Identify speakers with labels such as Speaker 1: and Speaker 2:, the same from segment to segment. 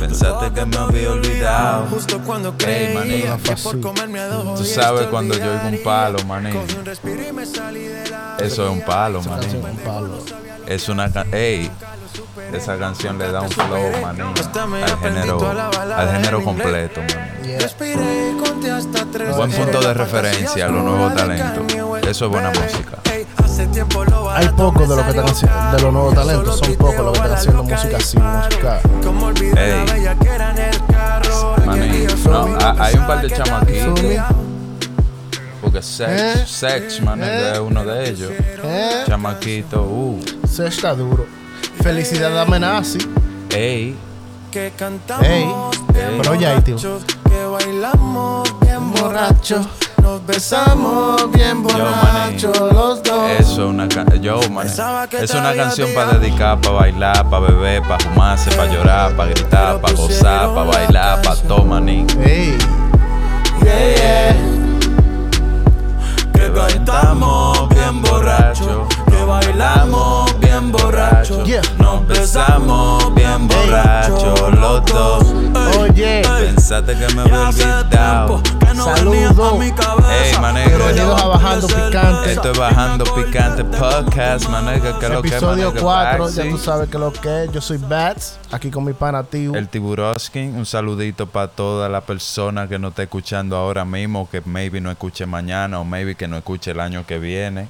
Speaker 1: Pensaste que me había olvidado.
Speaker 2: Justo cuando
Speaker 3: Ey,
Speaker 2: creía
Speaker 3: maní,
Speaker 2: que por comerme a dos
Speaker 3: Tú
Speaker 2: hoy
Speaker 3: sabes
Speaker 2: oh, estoy
Speaker 3: cuando yo oigo un palo, maní.
Speaker 2: Cogí un respiro y me salí de la
Speaker 3: Eso es un palo, maní.
Speaker 4: Canción con Pablo.
Speaker 3: Es una can Ey, esa canción le da un flow, maní. Al género, al género completo, maní.
Speaker 4: Yeah.
Speaker 2: Respiré y conté hasta tres.
Speaker 3: Buen punto de
Speaker 2: Era
Speaker 3: referencia,
Speaker 2: fantasía
Speaker 3: los nuevos
Speaker 2: oscura de
Speaker 3: talentos.
Speaker 2: Kanye West,
Speaker 3: Eso es buena
Speaker 2: bebé.
Speaker 3: música.
Speaker 2: Ey, hace tiempo lo
Speaker 4: Hay
Speaker 2: barato
Speaker 4: pocos
Speaker 2: me
Speaker 4: de los que
Speaker 2: salió
Speaker 4: están haciendo, de los nuevos
Speaker 2: caro.
Speaker 4: talentos, son
Speaker 2: Solo
Speaker 4: pocos los que están
Speaker 2: piteo a la
Speaker 4: haciendo
Speaker 2: loca
Speaker 4: música así,
Speaker 2: disparo.
Speaker 4: música.
Speaker 2: Como olvidé la
Speaker 3: Ey.
Speaker 2: bellaquera en el carro. Aquel
Speaker 3: Maní,
Speaker 2: día
Speaker 3: no,
Speaker 2: solo
Speaker 3: ha- hay un par
Speaker 2: pensaba
Speaker 3: de
Speaker 2: que
Speaker 3: chamos aquí.
Speaker 2: te había
Speaker 3: Porque Sex,
Speaker 4: Eh,
Speaker 3: Sex, maní,
Speaker 4: eh.
Speaker 3: es uno de ellos.
Speaker 4: Eh,
Speaker 3: Chamaquito, uh.
Speaker 4: se está duro. Felicidad amenaza.
Speaker 3: Ey,
Speaker 2: que cantamos
Speaker 4: Ey,
Speaker 2: bien
Speaker 4: pero oye ahí, tío.
Speaker 2: borrachos, que bailamos bien borrachos, nos besamos bien borrachos
Speaker 3: maní.
Speaker 2: los dos.
Speaker 3: eso es una canción. Yo, maní.
Speaker 2: Pensaba que
Speaker 3: Es
Speaker 2: te
Speaker 3: una
Speaker 2: había
Speaker 3: canción para
Speaker 2: olvidado.
Speaker 3: dedicar, para bailar, para beber, para fumarse, para llorar, para gritar,
Speaker 2: Pero
Speaker 3: para gozar,
Speaker 2: pusieron
Speaker 3: para
Speaker 2: la
Speaker 3: bailar, para
Speaker 2: canción.
Speaker 3: todo, maní.
Speaker 4: Ey,
Speaker 2: Yeah, yeah.
Speaker 1: Que cantamos bien borracho, que bailamos bien borracho,
Speaker 4: Yeah.
Speaker 1: nos besamos bien borracho los dos. Ey,
Speaker 4: Oye.
Speaker 1: ey,
Speaker 3: Pensaste que me había
Speaker 1: ya hace
Speaker 3: olvidado.
Speaker 1: tiempo que no venía
Speaker 4: Saludo.
Speaker 1: pa' mi cabeza.
Speaker 3: Ey, mané,
Speaker 1: pero
Speaker 3: bienvenidos
Speaker 1: ya
Speaker 4: a Bajando
Speaker 1: volví de
Speaker 4: Picante.
Speaker 1: cerveza.
Speaker 3: Esto es Bajando
Speaker 1: Y me acordé
Speaker 3: Picante
Speaker 1: de tu
Speaker 3: Podcast,
Speaker 1: mamá.
Speaker 3: maneca, que es lo que
Speaker 4: episodio
Speaker 3: maneca,
Speaker 4: 4,
Speaker 3: Baxi,
Speaker 4: ya tú sabes que lo que es. Yo soy Bats, aquí con mi pana Tiu.
Speaker 3: El Tiburoskin, un saludito para toda la persona que no está escuchando ahora mismo, que maybe no escuche mañana o maybe que no escuche el año que viene.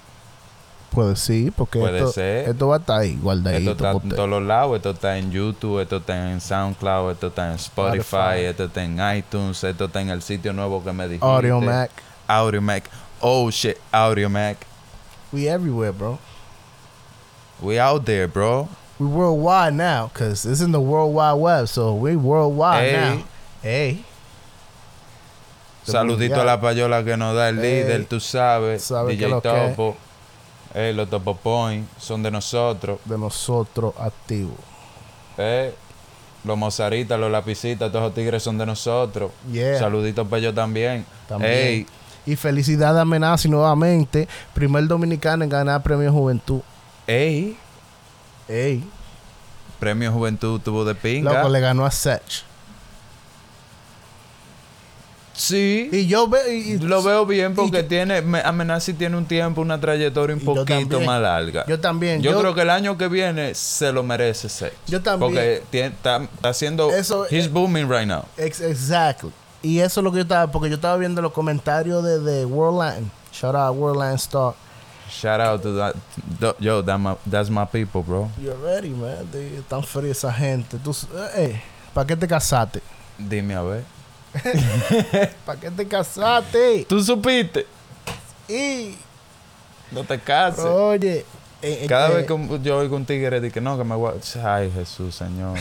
Speaker 4: Puede sí, porque
Speaker 3: Puede
Speaker 4: esto,
Speaker 3: ser.
Speaker 4: esto va a estar ahí,
Speaker 3: Esto
Speaker 4: guardadito.
Speaker 3: está
Speaker 4: por
Speaker 3: en
Speaker 4: usted.
Speaker 3: todos los lados, esto está en YouTube, esto está en SoundCloud, esto está en Spotify,
Speaker 4: Spotify.
Speaker 3: esto está en iTunes, esto está en el sitio nuevo que me dijiste.
Speaker 4: Audio Mac.
Speaker 3: Audio Mac. Oh shit, Audio Mac.
Speaker 4: We everywhere, bro.
Speaker 3: We out there, bro.
Speaker 4: We worldwide now, cause it's in the World Wide Web, so we worldwide
Speaker 3: Ey.
Speaker 4: now. Hey,
Speaker 3: Saludito a la payola que nos da el
Speaker 4: Ey,
Speaker 3: líder, tú sabes.
Speaker 4: sabe que
Speaker 3: DJ
Speaker 4: lo que es.
Speaker 3: Topo. Eh, los Topo Point son de nosotros.
Speaker 4: de nosotros activos.
Speaker 3: Eh, los mozaritas, los lapicitas, todos los tigres son de nosotros.
Speaker 4: Yeah.
Speaker 3: Saluditos para ellos también.
Speaker 4: También.
Speaker 3: Ey,
Speaker 4: Y felicidad a Amenazi nuevamente, primer dominicano en ganar premio Juventud.
Speaker 3: ey.
Speaker 4: Ey,
Speaker 3: Premio Juventud tuvo de pinga.
Speaker 4: loco, le ganó a Sech.
Speaker 3: Sí.
Speaker 4: Y yo veo. y- y-
Speaker 3: lo veo bien porque
Speaker 4: y yo-
Speaker 3: tiene me- Amenazi tiene un tiempo, una trayectoria un
Speaker 4: Y yo
Speaker 3: poquito
Speaker 4: también.
Speaker 3: más larga.
Speaker 4: Yo también,
Speaker 3: Yo,
Speaker 4: yo-
Speaker 3: creo que el año que viene se lo merece Sex.
Speaker 4: Yo también.
Speaker 3: Porque tiene- está, está haciendo
Speaker 4: Eso,
Speaker 3: he's
Speaker 4: eh,
Speaker 3: booming right now.
Speaker 4: Ex- exactly. Y eso es lo que yo estaba, porque yo estaba viendo los comentarios de, de Worldline. Shout out Worldline Star.
Speaker 3: Shout out to that tho- yo that my- that's my people, bro.
Speaker 4: You're ready, man. They- Están fría esa gente. Tú, s- eh, ¿Para qué te casaste?
Speaker 3: Dime a ver.
Speaker 4: ¿Para qué te casaste?
Speaker 3: Tú supiste.
Speaker 4: Y,
Speaker 3: No te cases.
Speaker 4: pero oye, eh, eh,
Speaker 3: Cada
Speaker 4: eh,
Speaker 3: vez que un- yo oigo un tigre de que no, que me voy a- Ay, Jesús, Señor.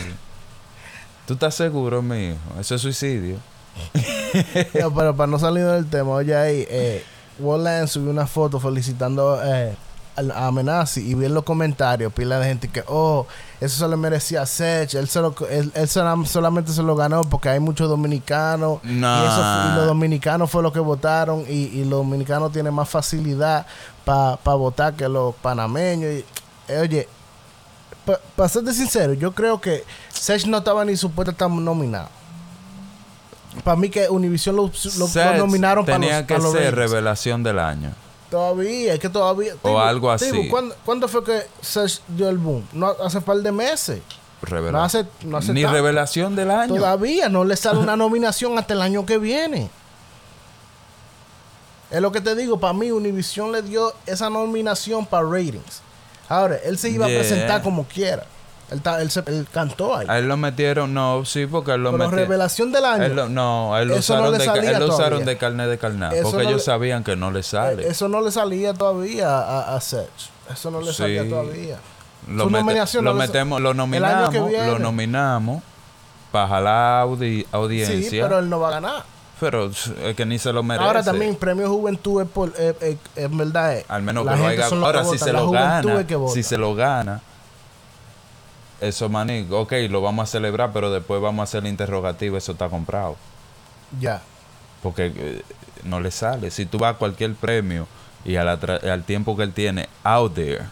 Speaker 3: ¿Tú estás seguro, mi hijo? Eso es suicidio.
Speaker 4: No, pero para no salir del tema, oye ahí, eh, Warland subió una foto felicitando eh, al- a Amenazi y vi en los comentarios pila de gente que, oh, eso se lo merecía Sech, él, se lo- él, él se la- solamente se lo ganó porque hay muchos dominicanos y, eso fue- y
Speaker 3: Nah.
Speaker 4: los dominicanos fue los que votaron y, y los dominicanos tienen más facilidad para votar que los panameños. Y, eh, oye, para serte sincero, yo creo que Sech no estaba ni supuesto a estar nominado. Para mí que Univision lo, lo- lo
Speaker 3: Sets
Speaker 4: nominaron para los,
Speaker 3: tenía que
Speaker 4: pa' los
Speaker 3: ser
Speaker 4: ratings.
Speaker 3: revelación del año.
Speaker 4: Todavía, es que todavía...
Speaker 3: O algo así.
Speaker 4: ¿cuándo, cuándo fue que Sech dio el boom? No, hace par de meses.
Speaker 3: Revela-
Speaker 4: No hace- no hace
Speaker 3: Ni
Speaker 4: tanto.
Speaker 3: revelación del año.
Speaker 4: Todavía no le sale una nominación hasta el año que viene. Es lo que te digo, para mí Univision le dio esa nominación para ratings. Ahora, él se iba
Speaker 3: Yeah.
Speaker 4: a presentar como quiera. Él, ta- él, se- él cantó ahí.
Speaker 3: A él lo metieron, no, sí, porque a él lo
Speaker 4: Pero
Speaker 3: metieron.
Speaker 4: revelación del año.
Speaker 3: Él lo- no, a él lo
Speaker 4: Eso no
Speaker 3: usaron,
Speaker 4: le
Speaker 3: de, ca-
Speaker 4: salía
Speaker 3: él lo usaron
Speaker 4: todavía.
Speaker 3: de carne de carnal.
Speaker 4: Eso
Speaker 3: Porque
Speaker 4: no
Speaker 3: ellos
Speaker 4: le- Eh,
Speaker 3: sabían que no le sale.
Speaker 4: Eso no le salía todavía a, a Sech. Eso no le
Speaker 3: Sí.
Speaker 4: salía todavía.
Speaker 3: lo,
Speaker 4: Su
Speaker 3: mete-
Speaker 4: nominación
Speaker 3: lo
Speaker 4: no le sa-
Speaker 3: metemos, lo
Speaker 4: El año
Speaker 3: nominamos,
Speaker 4: que viene.
Speaker 3: lo nominamos para jalar audi- audiencia.
Speaker 4: Sí, pero
Speaker 3: pero,
Speaker 4: él no va a ganar.
Speaker 3: es que ni se lo merece.
Speaker 4: Ahora también, premio Juventud es por. eh, eh, en verdad. eh,
Speaker 3: Al menos
Speaker 4: la
Speaker 3: que lo
Speaker 4: gente
Speaker 3: haya.
Speaker 4: son los
Speaker 3: Ahora,
Speaker 4: que
Speaker 3: si
Speaker 4: votan,
Speaker 3: se
Speaker 4: la
Speaker 3: lo
Speaker 4: juventud
Speaker 3: gana,
Speaker 4: es que vota.
Speaker 3: si se lo gana, eso, maní, ok, lo vamos a celebrar, pero después vamos a hacer la interrogativa, eso está comprado.
Speaker 4: Ya.
Speaker 3: Porque eh, no le sale. Si tú vas a cualquier premio y a la tra- al tiempo que él tiene, out there.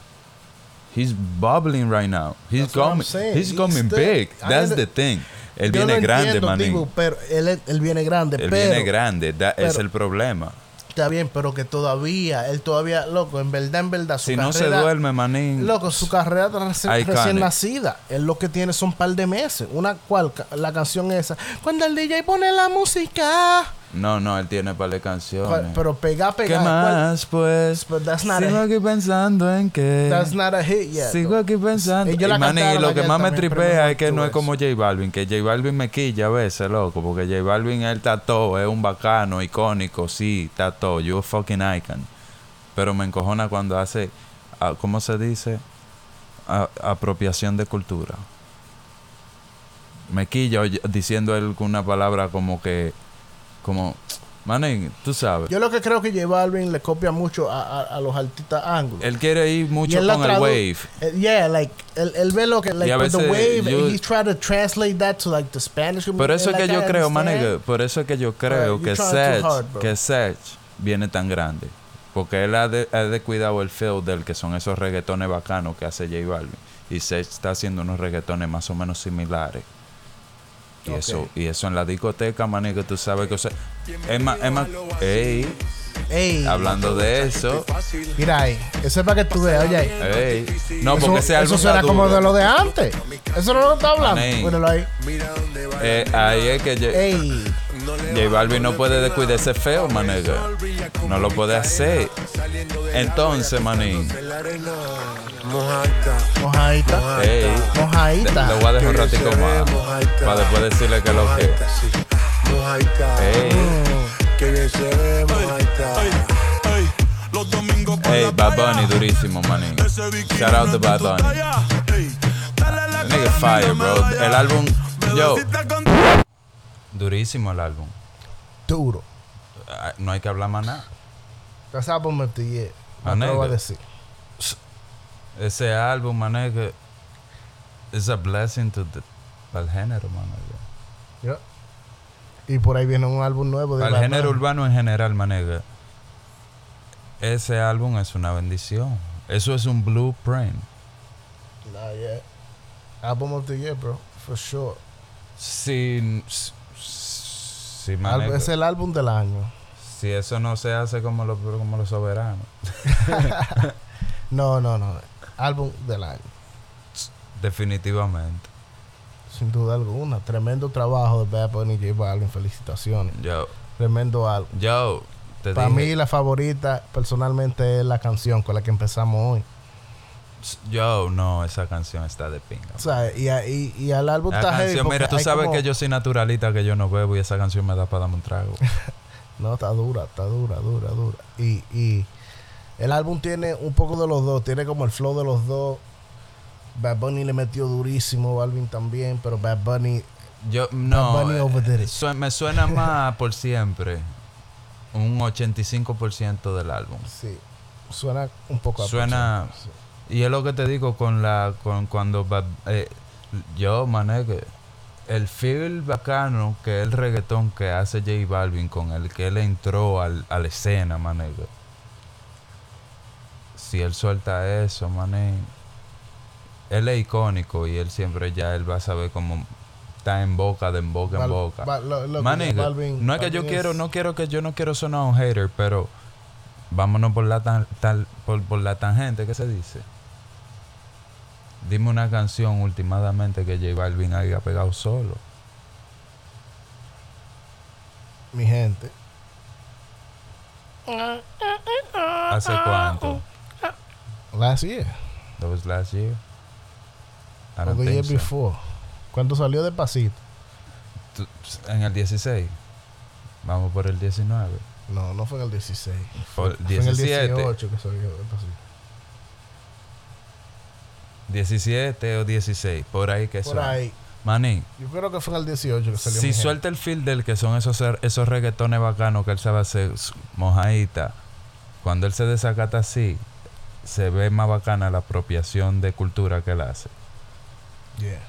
Speaker 3: He's bubbling right now. He's
Speaker 4: That's what I'm
Speaker 3: coming.
Speaker 4: saying.
Speaker 3: He's
Speaker 4: He's
Speaker 3: coming
Speaker 4: still-
Speaker 3: big.
Speaker 4: I
Speaker 3: That's
Speaker 4: under-
Speaker 3: the thing. Él
Speaker 4: Yo
Speaker 3: viene
Speaker 4: lo
Speaker 3: grande,
Speaker 4: entiendo,
Speaker 3: manín.
Speaker 4: Tibu, pero él, es- él viene grande.
Speaker 3: Él
Speaker 4: pero,
Speaker 3: viene grande, da- es
Speaker 4: pero-
Speaker 3: el problema.
Speaker 4: Está bien, pero que todavía, él todavía, loco, en verdad, en verdad, su
Speaker 3: Si no se
Speaker 4: carrera-
Speaker 3: duerme, manín.
Speaker 4: Loco, su carrera está reci-
Speaker 3: Iconic.
Speaker 4: recién nacida. Él lo que tiene son un par de meses. Una cual, ca- la canción esa. Cuando el DJ pone la música.
Speaker 3: No, no, él tiene par de canciones.
Speaker 4: Cual- pero pega,
Speaker 3: ¿Qué
Speaker 4: pega. cual-
Speaker 3: más, pues?
Speaker 4: But that's not
Speaker 3: Sigo
Speaker 4: a-
Speaker 3: aquí pensando en que...
Speaker 4: That's not a hit yet.
Speaker 3: Sigo
Speaker 4: though.
Speaker 3: aquí pensando.
Speaker 4: Y Eh, yo la
Speaker 3: Y, maní,
Speaker 4: cantaba
Speaker 3: lo que
Speaker 4: ayer
Speaker 3: más me
Speaker 4: también,
Speaker 3: tripea
Speaker 4: Premio
Speaker 3: es que no es
Speaker 4: Actores.
Speaker 3: como J Balvin, que J Balvin me quilla a veces, loco, porque J Balvin él tató, es un bacano, icónico, sí, tató, you a fucking icon. Pero me encojona cuando hace, ah, ¿cómo se dice? A- apropiación de cultura. Me quilla oye- diciendo él con una palabra como que, como, maní, tú sabes.
Speaker 4: Yo lo que creo que J Balvin le copia mucho a, a- a los artistas anglos.
Speaker 3: él quiere ir mucho
Speaker 4: él la
Speaker 3: con el
Speaker 4: tradu-
Speaker 3: wave.
Speaker 4: Eh, yeah, like, él, él ve lo que, like,
Speaker 3: a
Speaker 4: with the
Speaker 3: veces
Speaker 4: wave,
Speaker 3: yo-
Speaker 4: and he's trying to translate that to, like, the Spanish
Speaker 3: Por
Speaker 4: community.
Speaker 3: eso es
Speaker 4: Like,
Speaker 3: que yo
Speaker 4: I
Speaker 3: creo,
Speaker 4: understand.
Speaker 3: manego, por eso es que yo creo
Speaker 4: you're
Speaker 3: que
Speaker 4: trying too
Speaker 3: Sech,
Speaker 4: hard, bro.
Speaker 3: que Sech viene tan grande. Porque él ha, de- ha descuidado el feel del que son esos reggaetones bacanos que hace J Balvin. Y Sech está haciendo unos reggaetones más o menos similares. Y,
Speaker 4: Ok.
Speaker 3: eso, y eso en la discoteca, manego, tú sabes que... o sea, es más, es más... Ey,
Speaker 4: Ey,
Speaker 3: hablando de eso...
Speaker 4: mira ahí. Eso es para que tú veas, oye. ahí.
Speaker 3: Ey. No,
Speaker 4: Eso,
Speaker 3: porque ese álbum
Speaker 4: eso
Speaker 3: está
Speaker 4: suena como
Speaker 3: duro.
Speaker 4: de lo de antes. Eso no es lo que está hablando.
Speaker 3: Manín.
Speaker 4: Míralo ahí.
Speaker 3: Eh, ahí es que... J-
Speaker 4: Ey.
Speaker 3: J Balvin no puede descuidar ese feo, manego. No lo puede hacer. Entonces, manín...
Speaker 5: Mojaita,
Speaker 4: Mojadita.
Speaker 3: Ey,
Speaker 4: Mojadita.
Speaker 3: lo voy a dejar un ratico más. Para después decirle que lo que.
Speaker 5: sí. Mojaita,
Speaker 3: Ey,
Speaker 5: que bien se ve, mojaita.
Speaker 6: Ey, los domingos por
Speaker 3: ey,
Speaker 6: la
Speaker 3: Bad
Speaker 6: playa,
Speaker 3: Bunny durísimo, manín.
Speaker 6: ese bikini
Speaker 3: Shout out to
Speaker 6: no es
Speaker 3: Bad
Speaker 6: tu
Speaker 3: Bunny.
Speaker 6: talla. Ey, dale la
Speaker 3: Nigga
Speaker 6: cara,
Speaker 3: fire,
Speaker 6: no me
Speaker 3: bro.
Speaker 6: vaya.
Speaker 3: El álbum, yo,
Speaker 6: Bebecita con-
Speaker 3: durísimo el álbum.
Speaker 4: Duro.
Speaker 3: Ah, No hay que hablar más nada.
Speaker 4: Ya sabes por mentir. No te
Speaker 3: Manín.
Speaker 4: lo voy a decir.
Speaker 3: Ese álbum, manín, que es a blessing to the, para el género, manín.
Speaker 4: Yo- Y por ahí viene un álbum nuevo de
Speaker 3: Al
Speaker 4: Bad
Speaker 3: género
Speaker 4: Bunny.
Speaker 3: urbano en general, manega. Ese álbum es una bendición. Eso es un blueprint.
Speaker 4: Nah, yeah. Album of the year, bro. For sure.
Speaker 3: Si, si,
Speaker 4: Al-
Speaker 3: manego,
Speaker 4: es el álbum del año.
Speaker 3: si eso no se hace como los como los soberanos.
Speaker 4: No, no, no. Álbum del año.
Speaker 3: Definitivamente.
Speaker 4: Sin duda alguna. Tremendo trabajo de Bad Bunny y J Balvin. Felicitaciones.
Speaker 3: Yo,
Speaker 4: Tremendo álbum.
Speaker 3: yo, te
Speaker 4: Para
Speaker 3: dije,
Speaker 4: mí la favorita personalmente es la canción con la que empezamos hoy.
Speaker 3: yo, no, esa canción está de pinga.
Speaker 4: O sea, y, a- y, y al álbum
Speaker 3: La
Speaker 4: está heavy
Speaker 3: canción,
Speaker 4: porque
Speaker 3: mira, tú
Speaker 4: hay
Speaker 3: sabes
Speaker 4: como-
Speaker 3: que yo soy naturalista, que yo no bebo y esa canción me da para darme un trago.
Speaker 4: No, está dura, está dura, dura, dura. Y, y el álbum tiene un poco de los dos. Tiene como el flow de los dos. Bad Bunny le metió durísimo, Balvin también, pero Bad Bunny...
Speaker 3: Yo, no,
Speaker 4: Bunny overdid
Speaker 3: eh,
Speaker 4: it.
Speaker 3: sue- me suena más por siempre un 85% del álbum.
Speaker 4: Sí, suena un poco... a
Speaker 3: Suena-
Speaker 4: persona, sí.
Speaker 3: Y es lo que te digo con la con cuando Bad- eh, yo mané que el feel bacano que es el reggaetón que hace J Balvin con el que él entró al, a la escena, mané. que Si él suelta eso, mané. Él es icónico y él siempre ya él va a saber cómo está en boca, de en boca en
Speaker 4: Bal-
Speaker 3: boca.
Speaker 4: Bal- lo- lo-
Speaker 3: Mané,
Speaker 4: Balvin-
Speaker 3: no es que yo
Speaker 4: Balvin
Speaker 3: quiero, no quiero que yo no quiero sonar un hater, pero vámonos por la tan- tal- por, por la tangente, ¿qué se dice? Dime una canción últimamente que J Balvin haya pegado solo.
Speaker 4: Mi gente.
Speaker 3: ¿Hace cuánto?
Speaker 4: Last year.
Speaker 3: That was last year. I
Speaker 4: Or
Speaker 3: don't
Speaker 4: the year
Speaker 3: think so.
Speaker 4: before. Cuando salió de pasito.
Speaker 3: Tú- En el 16. Vamos por el 19.
Speaker 4: No, no fue en el 16.
Speaker 3: O el
Speaker 4: Fue en el
Speaker 3: 17.
Speaker 4: 18 que salió de pasito.
Speaker 3: 17 o 16. Por ahí que
Speaker 4: Por
Speaker 3: son.
Speaker 4: ahí.
Speaker 3: Manín,
Speaker 4: Yo creo que fue en el 18 que salió. mi
Speaker 3: si
Speaker 4: gente.
Speaker 3: suelta el feel del que son esos, er- esos reggaetones bacanos que él sabe hacer, s- mojadita, cuando él se desacata así, se ve más bacana la apropiación de cultura que él hace.
Speaker 4: Yeah.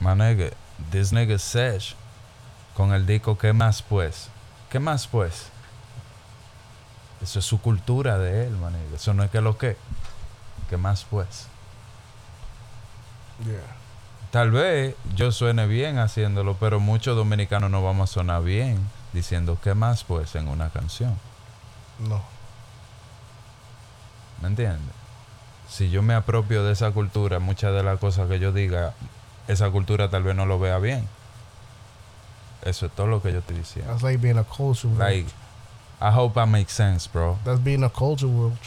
Speaker 3: My nigga, this nigga Sesh con el disco ¿Qué más pues? ¿Qué más pues? Eso es su cultura de él, my nigga. Eso no es que lo que. ¿Qué más pues?
Speaker 4: Yeah.
Speaker 3: Tal vez yo suene bien haciéndolo, pero muchos dominicanos no vamos a sonar bien diciendo ¿Qué más pues? en una canción.
Speaker 4: No.
Speaker 3: ¿Me entiendes? Si yo me apropio de esa cultura, muchas de las cosas que yo diga, esa cultura tal vez no lo vea bien. Eso es todo lo que yo estoy diciendo.
Speaker 4: That's like being a culture world.
Speaker 3: Like, I hope I make sense, bro.
Speaker 4: That's being a culture world.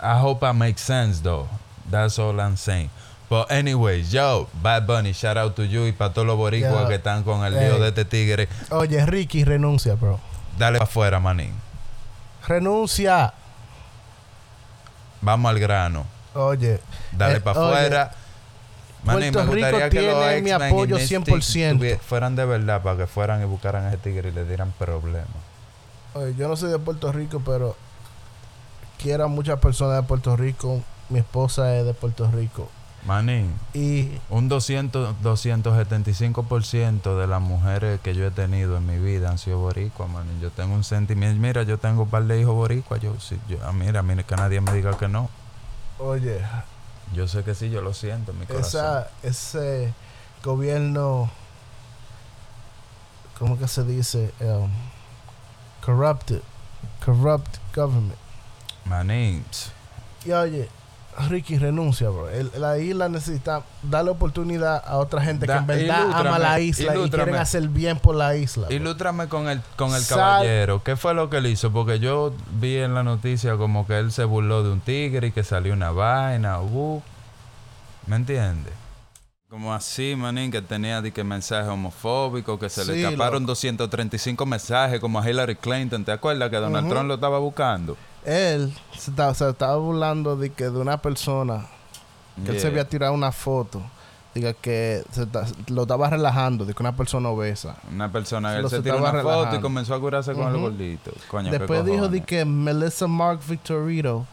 Speaker 3: I hope I make sense, though. That's all I'm saying. But anyways, yo, Bad Bunny, shout out to you y para todos los boricuas
Speaker 4: Yo.
Speaker 3: que están con el
Speaker 4: Hey.
Speaker 3: lío de este tigre.
Speaker 4: Oye, Ricky, renuncia, bro.
Speaker 3: Dale para afuera, manín.
Speaker 4: Renuncia.
Speaker 3: Vamos al grano.
Speaker 4: Oye.
Speaker 3: Dale
Speaker 4: Eh,
Speaker 3: para
Speaker 4: oye,
Speaker 3: afuera. Manín,
Speaker 4: Puerto
Speaker 3: me
Speaker 4: Rico
Speaker 3: gustaría que los
Speaker 4: tiene
Speaker 3: X-Men
Speaker 4: mi
Speaker 3: y
Speaker 4: apoyo
Speaker 3: Mystic
Speaker 4: 100%.
Speaker 3: tuvie- fueran de verdad para que fueran y buscaran a ese tigre y le dieran problemas.
Speaker 4: Oye, yo no soy de Puerto Rico, pero quiero a muchas personas de Puerto Rico. Mi esposa es de Puerto Rico.
Speaker 3: Manín,
Speaker 4: Y
Speaker 3: Un 200, 275% de las mujeres que yo he tenido en mi vida han sido boricuas, man. Y Yo tengo un sentimiento. Mira, yo tengo un par de hijos boricuas. Yo, sí, yo- ah, mira, mira, que nadie me diga que no.
Speaker 4: Oye,
Speaker 3: Yo sé que sí, yo lo siento en mi corazón.
Speaker 4: esa, ese gobierno, ¿cómo que se dice? Um, corrupted, corrupt government.
Speaker 3: Manín, tss,
Speaker 4: Y oye, Ricky renuncia, bro. El- la isla necesita darle oportunidad a otra gente
Speaker 3: Da-
Speaker 4: que en verdad ama
Speaker 3: ilústrame,
Speaker 4: la isla y
Speaker 3: ilústrame.
Speaker 4: quieren hacer bien por la isla. bro.
Speaker 3: ilústrame con el, con el
Speaker 4: Sal-
Speaker 3: caballero. ¿Qué fue lo que él hizo? Porque yo vi en la noticia como que él se burló de un tigre y que salió una vaina. uh, ¿Me entiendes? Como así, manín, que tenía de que mensaje homofóbico, que se le
Speaker 4: Sí,
Speaker 3: escaparon 235 mensajes como a Hillary Clinton. ¿Te acuerdas que Donald Trump lo estaba buscando?
Speaker 4: Él se estaba, se estaba burlando de que de una persona que él se
Speaker 3: Yeah.
Speaker 4: había tirado una foto. Diga que se ta- lo estaba relajando, de que una persona obesa.
Speaker 3: Una persona que
Speaker 4: Lo
Speaker 3: él se
Speaker 4: se
Speaker 3: tiró una
Speaker 4: estaba
Speaker 3: foto y
Speaker 4: relajando.
Speaker 3: comenzó a curarse con el gordito. Coño, ¿qué
Speaker 4: Después dijo de
Speaker 3: cojones?
Speaker 4: que Melissa Mark Victorito,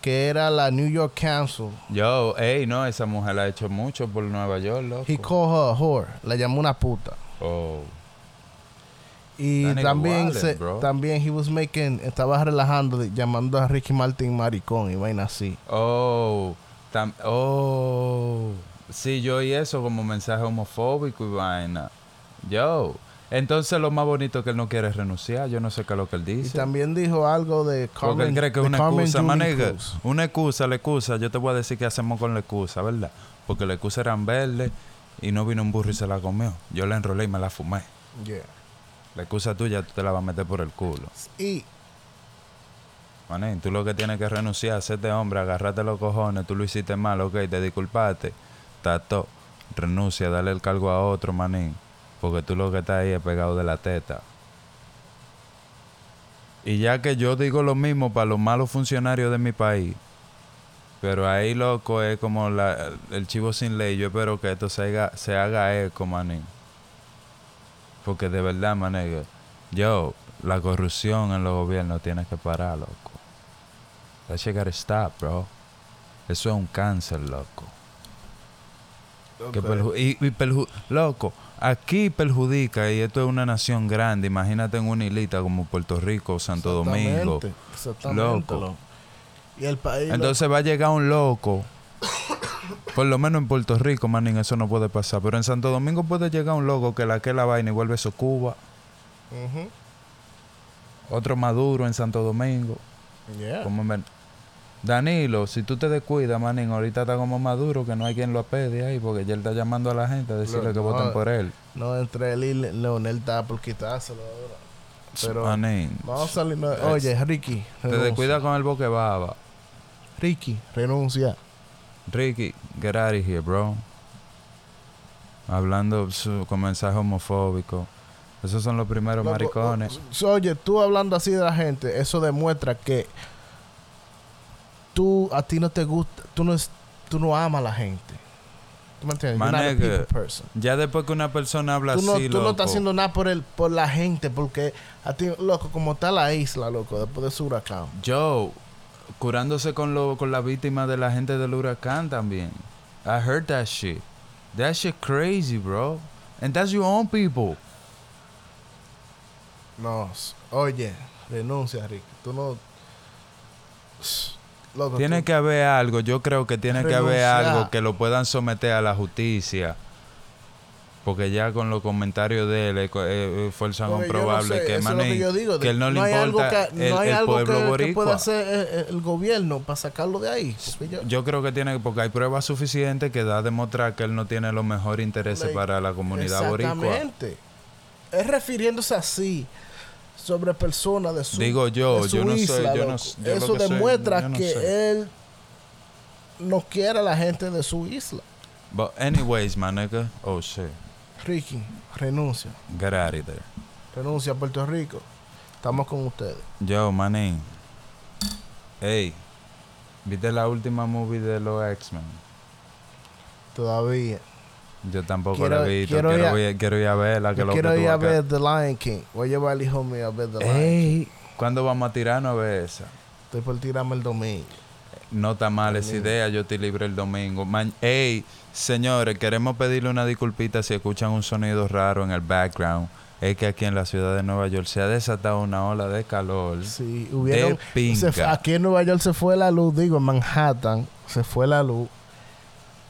Speaker 4: que era la New York Council,
Speaker 3: Yo, ey, no, esa mujer la ha hecho mucho por Nueva York, loco.
Speaker 4: he called her a whore, la llamó una puta.
Speaker 3: Oh.
Speaker 4: Y
Speaker 3: That nigga
Speaker 4: también
Speaker 3: wildin',
Speaker 4: se-
Speaker 3: bro.
Speaker 4: también he was making, estaba relajando, de- llamando a Ricky Martin maricón y vaina así.
Speaker 3: Oh, tam- oh, sí, yo y eso como mensaje homofóbico y vaina. Yo, entonces lo más bonito es que él no quiere renunciar, yo no sé qué es lo que él
Speaker 4: Y
Speaker 3: dice.
Speaker 4: también dijo algo de Carmen,
Speaker 3: Porque él cree que es
Speaker 4: de
Speaker 3: una
Speaker 4: Carmen
Speaker 3: excusa,
Speaker 4: Julie
Speaker 3: manega.
Speaker 4: Cruz.
Speaker 3: Una excusa, la excusa, yo te voy a decir qué hacemos con la excusa, ¿verdad? Porque la excusa eran verdes y no vino un burro y se la comió. Yo la enrolé y me la fumé.
Speaker 4: Yeah.
Speaker 3: La excusa tuya tú te la vas a meter por el culo.
Speaker 4: Y
Speaker 3: Manín, tú lo que tienes que renunciar, hacerte hombre, agarrarte los cojones, tú lo hiciste mal, ok, te disculpaste, tato, renuncia, dale el cargo a otro, manín, porque tú lo que estás ahí es pegado de la teta. Y ya que yo digo lo mismo para los malos funcionarios de mi país, pero ahí, loco, es como la- el chivo sin ley, yo espero que esto se haga, se haga eco, manín. Porque de verdad, manín, yo, la corrupción en los gobiernos tienes que parar, loco. That shit gotta stop, bro. Eso es un cáncer, loco. Que perju- y, y perju- loco, aquí perjudica, y esto es una nación grande, imagínate en una islita como Puerto Rico o Santo Domingo.
Speaker 4: exactamente, exactamente,
Speaker 3: Loco.
Speaker 4: loco. Y el país. lo-
Speaker 3: Entonces va a llegar un loco. Por lo menos en Puerto Rico, manín, eso no puede pasar. Pero en Santo Domingo puede llegar un loco que la que la vaina y vuelve su Cuba.
Speaker 4: Ujú.
Speaker 3: Otro Maduro en Santo Domingo.
Speaker 4: Yeah.
Speaker 3: Como en Ven- Danilo, si tú te descuidas, manín, ahorita está como Maduro, que no hay quien lo apede ahí, porque ya él está llamando a la gente a decirle
Speaker 4: Lo- ah,
Speaker 3: que
Speaker 4: no,
Speaker 3: voten por él.
Speaker 4: No, entre él y Le- Leonel está por quitárselo ahora. Pero
Speaker 3: manín,
Speaker 4: vamos a salir. no,
Speaker 3: Es-
Speaker 4: oye, Ricky.
Speaker 3: te
Speaker 4: renuncia.
Speaker 3: descuidas con el boque baba.
Speaker 4: Ricky, renuncia.
Speaker 3: Ricky, get out of here, bro. Hablando su- con mensaje homofóbico. Esos son los primeros
Speaker 4: Loco, oh,
Speaker 3: maricones.
Speaker 4: o- Oye, tú hablando así de la gente, eso demuestra que tú a ti no te gusta, tú no es, tú no amas a la gente. ¿Tú me entiendes? You're not a
Speaker 3: Manegue,
Speaker 4: people person.
Speaker 3: Ya después que una persona habla
Speaker 4: Tú no,
Speaker 3: así,
Speaker 4: tú no estás
Speaker 3: loco,
Speaker 4: haciendo nada por el, por la gente, porque a ti, loco, como está la isla, loco, después de su huracán.
Speaker 3: Joe, curándose con, lo, con la víctima de la gente del huracán también. I heard that shit. That shit crazy, bro. And that's your own people.
Speaker 4: No, s- oye, renuncia, Ricky. Tú no. Loco,
Speaker 3: Tiene
Speaker 4: tú-
Speaker 3: que haber algo, yo creo que tiene que haber
Speaker 4: Renunciar.
Speaker 3: algo que lo puedan someter a la justicia. Porque ya con los comentarios de él eh, co- eh, eh, fuerzan
Speaker 4: Pero yo no
Speaker 3: comprobable
Speaker 4: sé,
Speaker 3: que,
Speaker 4: eso es lo
Speaker 3: manín,
Speaker 4: yo digo, de-
Speaker 3: que él no,
Speaker 4: hay
Speaker 3: le
Speaker 4: algo
Speaker 3: importa
Speaker 4: que-
Speaker 3: el,
Speaker 4: no hay
Speaker 3: el
Speaker 4: algo
Speaker 3: pueblo
Speaker 4: que- que,
Speaker 3: boricua.
Speaker 4: pueda hacer eh, el, gobierno para sacarlo de ahí. Porque yo-
Speaker 3: Yo creo que tiene, porque hay pruebas suficientes que da a demostrar que él no tiene los mejores intereses
Speaker 4: Like,
Speaker 3: para la comunidad boricua.
Speaker 4: Exactamente. Es refiriéndose así sobre personas de su
Speaker 3: Digo yo,
Speaker 4: de su
Speaker 3: yo no sé,
Speaker 4: isla,
Speaker 3: yo no
Speaker 4: loco.
Speaker 3: s- yo lo
Speaker 4: Eso
Speaker 3: que sé,
Speaker 4: demuestra
Speaker 3: yo no
Speaker 4: que
Speaker 3: sé.
Speaker 4: él no quiere a la gente de su isla.
Speaker 3: But anyways, my nigga, oh shit,
Speaker 4: Ricky, renuncia.
Speaker 3: get out of there.
Speaker 4: Renuncia a Puerto Rico. Estamos con ustedes.
Speaker 3: Yo, manín. Ey, ¿viste la última movie de los X-Men?
Speaker 4: Todavía.
Speaker 3: Yo tampoco
Speaker 4: Quiero-
Speaker 3: la he visto.
Speaker 4: quiero
Speaker 3: Quiero,
Speaker 4: ir a-
Speaker 3: ir, quiero ir a verla. Que
Speaker 4: Yo
Speaker 3: lo
Speaker 4: quiero
Speaker 3: que tú
Speaker 4: ir a
Speaker 3: acá- Eh.
Speaker 4: ver The Lion King. Voy a llevar al hijo mío a ver The Lion King.
Speaker 3: Ey, ¿cuándo vamos a tirarnos a ver esa?
Speaker 4: Estoy por tirarme el domingo.
Speaker 3: No está mal esa idea, yo te libre el domingo. Ma- Ey, señores, queremos pedirle una disculpita si escuchan un sonido raro en el background. Es que aquí en la ciudad de Nueva York se ha desatado una ola de calor.
Speaker 4: Sí, hubieron.
Speaker 3: pinga.
Speaker 4: se fue- aquí en Nueva York se fue la luz, digo, en Manhattan se fue la luz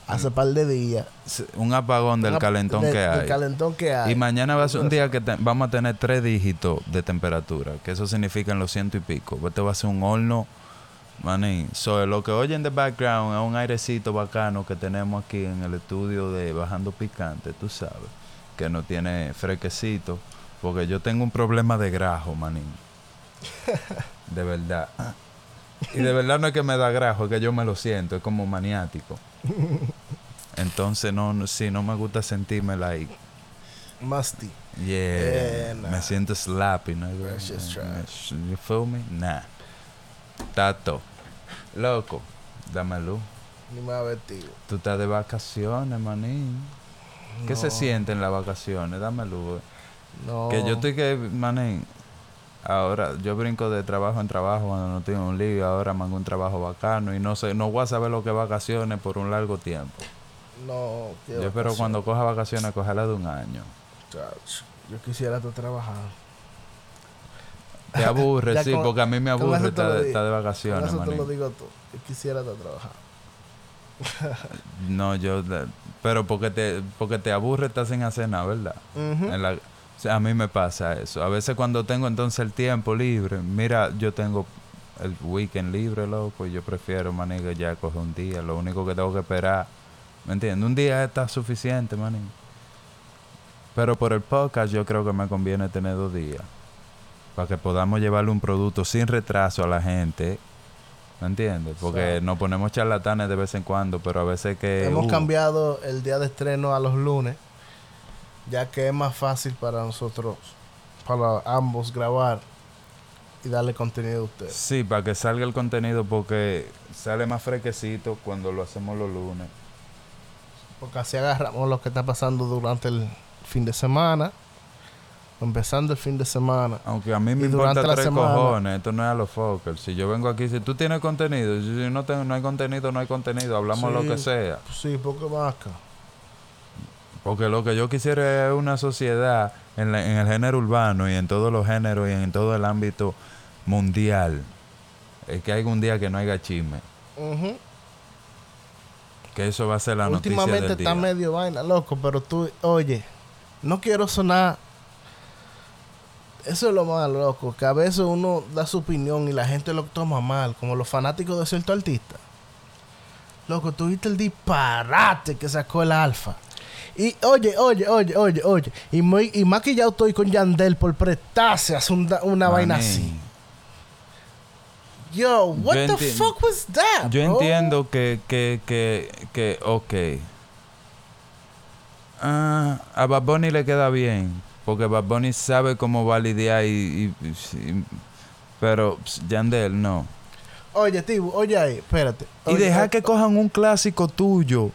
Speaker 4: hace par de días.
Speaker 3: Se- Un apagón Mm. del
Speaker 4: Una-
Speaker 3: calentón
Speaker 4: de-
Speaker 3: que
Speaker 4: del
Speaker 3: hay.
Speaker 4: calentón que hay.
Speaker 3: Y mañana va a ser un día que te- vamos a tener tres dígitos de temperatura, que eso significa en los ciento y pico. Este va a ser un horno, maní. So, lo que oyen de background es un airecito bacano que tenemos aquí en el estudio de Bajando Picante, tú sabes, que no tiene fresquecito, porque yo tengo un problema de grajo, maní. De verdad. Y de verdad no es que me da grajo, es que yo me lo siento, es como maniático. Entonces, no, no- sí, no me gusta sentirme like.
Speaker 4: Masti.
Speaker 3: Yeah.
Speaker 4: Eh, nah.
Speaker 3: Me siento slappy, ¿no?
Speaker 4: That's just trash.
Speaker 3: You feel me? Nah. Tato. Loco. Dame luz.
Speaker 4: Ni me vestido.
Speaker 3: Tú estás de vacaciones, manín. ¿Qué se
Speaker 4: No.
Speaker 3: siente en las vacaciones? Dame luz.
Speaker 4: No.
Speaker 3: Que yo estoy que, manín. Ahora, yo brinco de trabajo en trabajo cuando no tengo un lío. Ahora mango un trabajo bacano y no sé, no voy a saber lo que es vacaciones por un largo tiempo.
Speaker 4: No, qué
Speaker 3: Yo espero
Speaker 4: vacaciones,
Speaker 3: cuando coja vacaciones, cogerla de un año.
Speaker 4: chacho. Yo quisiera estar trabajando.
Speaker 3: Te aburre,
Speaker 4: Ya
Speaker 3: sí,
Speaker 4: con-
Speaker 3: porque a mí me
Speaker 4: con
Speaker 3: aburre
Speaker 4: eso te
Speaker 3: estar
Speaker 4: lo
Speaker 3: de,
Speaker 4: digo.
Speaker 3: estar de
Speaker 4: Con
Speaker 3: vacaciones,
Speaker 4: eso te lo
Speaker 3: manín.
Speaker 4: digo todo. Yo quisiera estar trabajando.
Speaker 3: No, yo. la- Pero porque te, porque te aburre, estás sin hacer nada, ¿verdad?
Speaker 4: Ujú.
Speaker 3: En la- o sea, a mí me pasa eso. A veces cuando tengo entonces el tiempo libre, mira, yo tengo el weekend libre, loco, y yo prefiero, maniga, ya coger un día. Lo único que tengo que esperar, ¿me entiendes? Un día está suficiente, manín. Pero por el podcast yo creo que me conviene tener dos días. Para que podamos llevarle un producto sin retraso a la gente. ¿Me entiendes? Porque nos ponemos charlatanes de vez en cuando, pero a veces que...
Speaker 4: Hemos
Speaker 3: uh,
Speaker 4: cambiado el día de estreno a los lunes, ya que es más fácil para nosotros, para ambos grabar y darle contenido a ustedes.
Speaker 3: Sí, para que salga el contenido porque sale más fresquecito cuando lo hacemos los lunes.
Speaker 4: Porque así agarramos lo que está pasando durante el fin de semana, empezando el fin de semana.
Speaker 3: Aunque a mí
Speaker 4: Y
Speaker 3: me
Speaker 4: durante
Speaker 3: importa
Speaker 4: la
Speaker 3: tres
Speaker 4: semana.
Speaker 3: cojones, esto no es a los focos. Si yo vengo aquí, si tú tienes contenido, si yo no, tengo, no hay contenido, no hay contenido, hablamos
Speaker 4: Sí.
Speaker 3: lo que sea.
Speaker 4: pues Sí, poco más acá.
Speaker 3: Porque lo que yo quisiera es una sociedad en, la- en el género urbano y en todos los géneros y en todo el ámbito mundial. Es que haya un día que no haya chisme.
Speaker 4: Ujú.
Speaker 3: Que eso va a ser la noticia del
Speaker 4: Últimamente está
Speaker 3: día.
Speaker 4: medio vaina, loco, pero tú, oye, no quiero sonar. Eso es lo más loco, que a veces uno da su opinión y la gente lo toma mal, como los fanáticos de cierto artista. Loco, tú viste el disparate que sacó el alfa. Y oye, oye, oye, oye, oye. Y, muy, y más que ya estoy con Yandel por prestarse a hacer un da- una vaina
Speaker 3: Manín,
Speaker 4: así. Yo, what
Speaker 3: Yo
Speaker 4: the
Speaker 3: enti-
Speaker 4: fuck was that?
Speaker 3: Yo
Speaker 4: bro?
Speaker 3: entiendo que, que, que, que, ok. Ah, a Bad Bunny le queda bien, porque Bad Bunny sabe cómo validear y... y- y- pero ps, Yandel no.
Speaker 4: Oye, Tibu, oye ahí, espérate.
Speaker 3: Y
Speaker 4: Oye, ah,
Speaker 3: deja
Speaker 4: o-
Speaker 3: que cojan un clásico tuyo.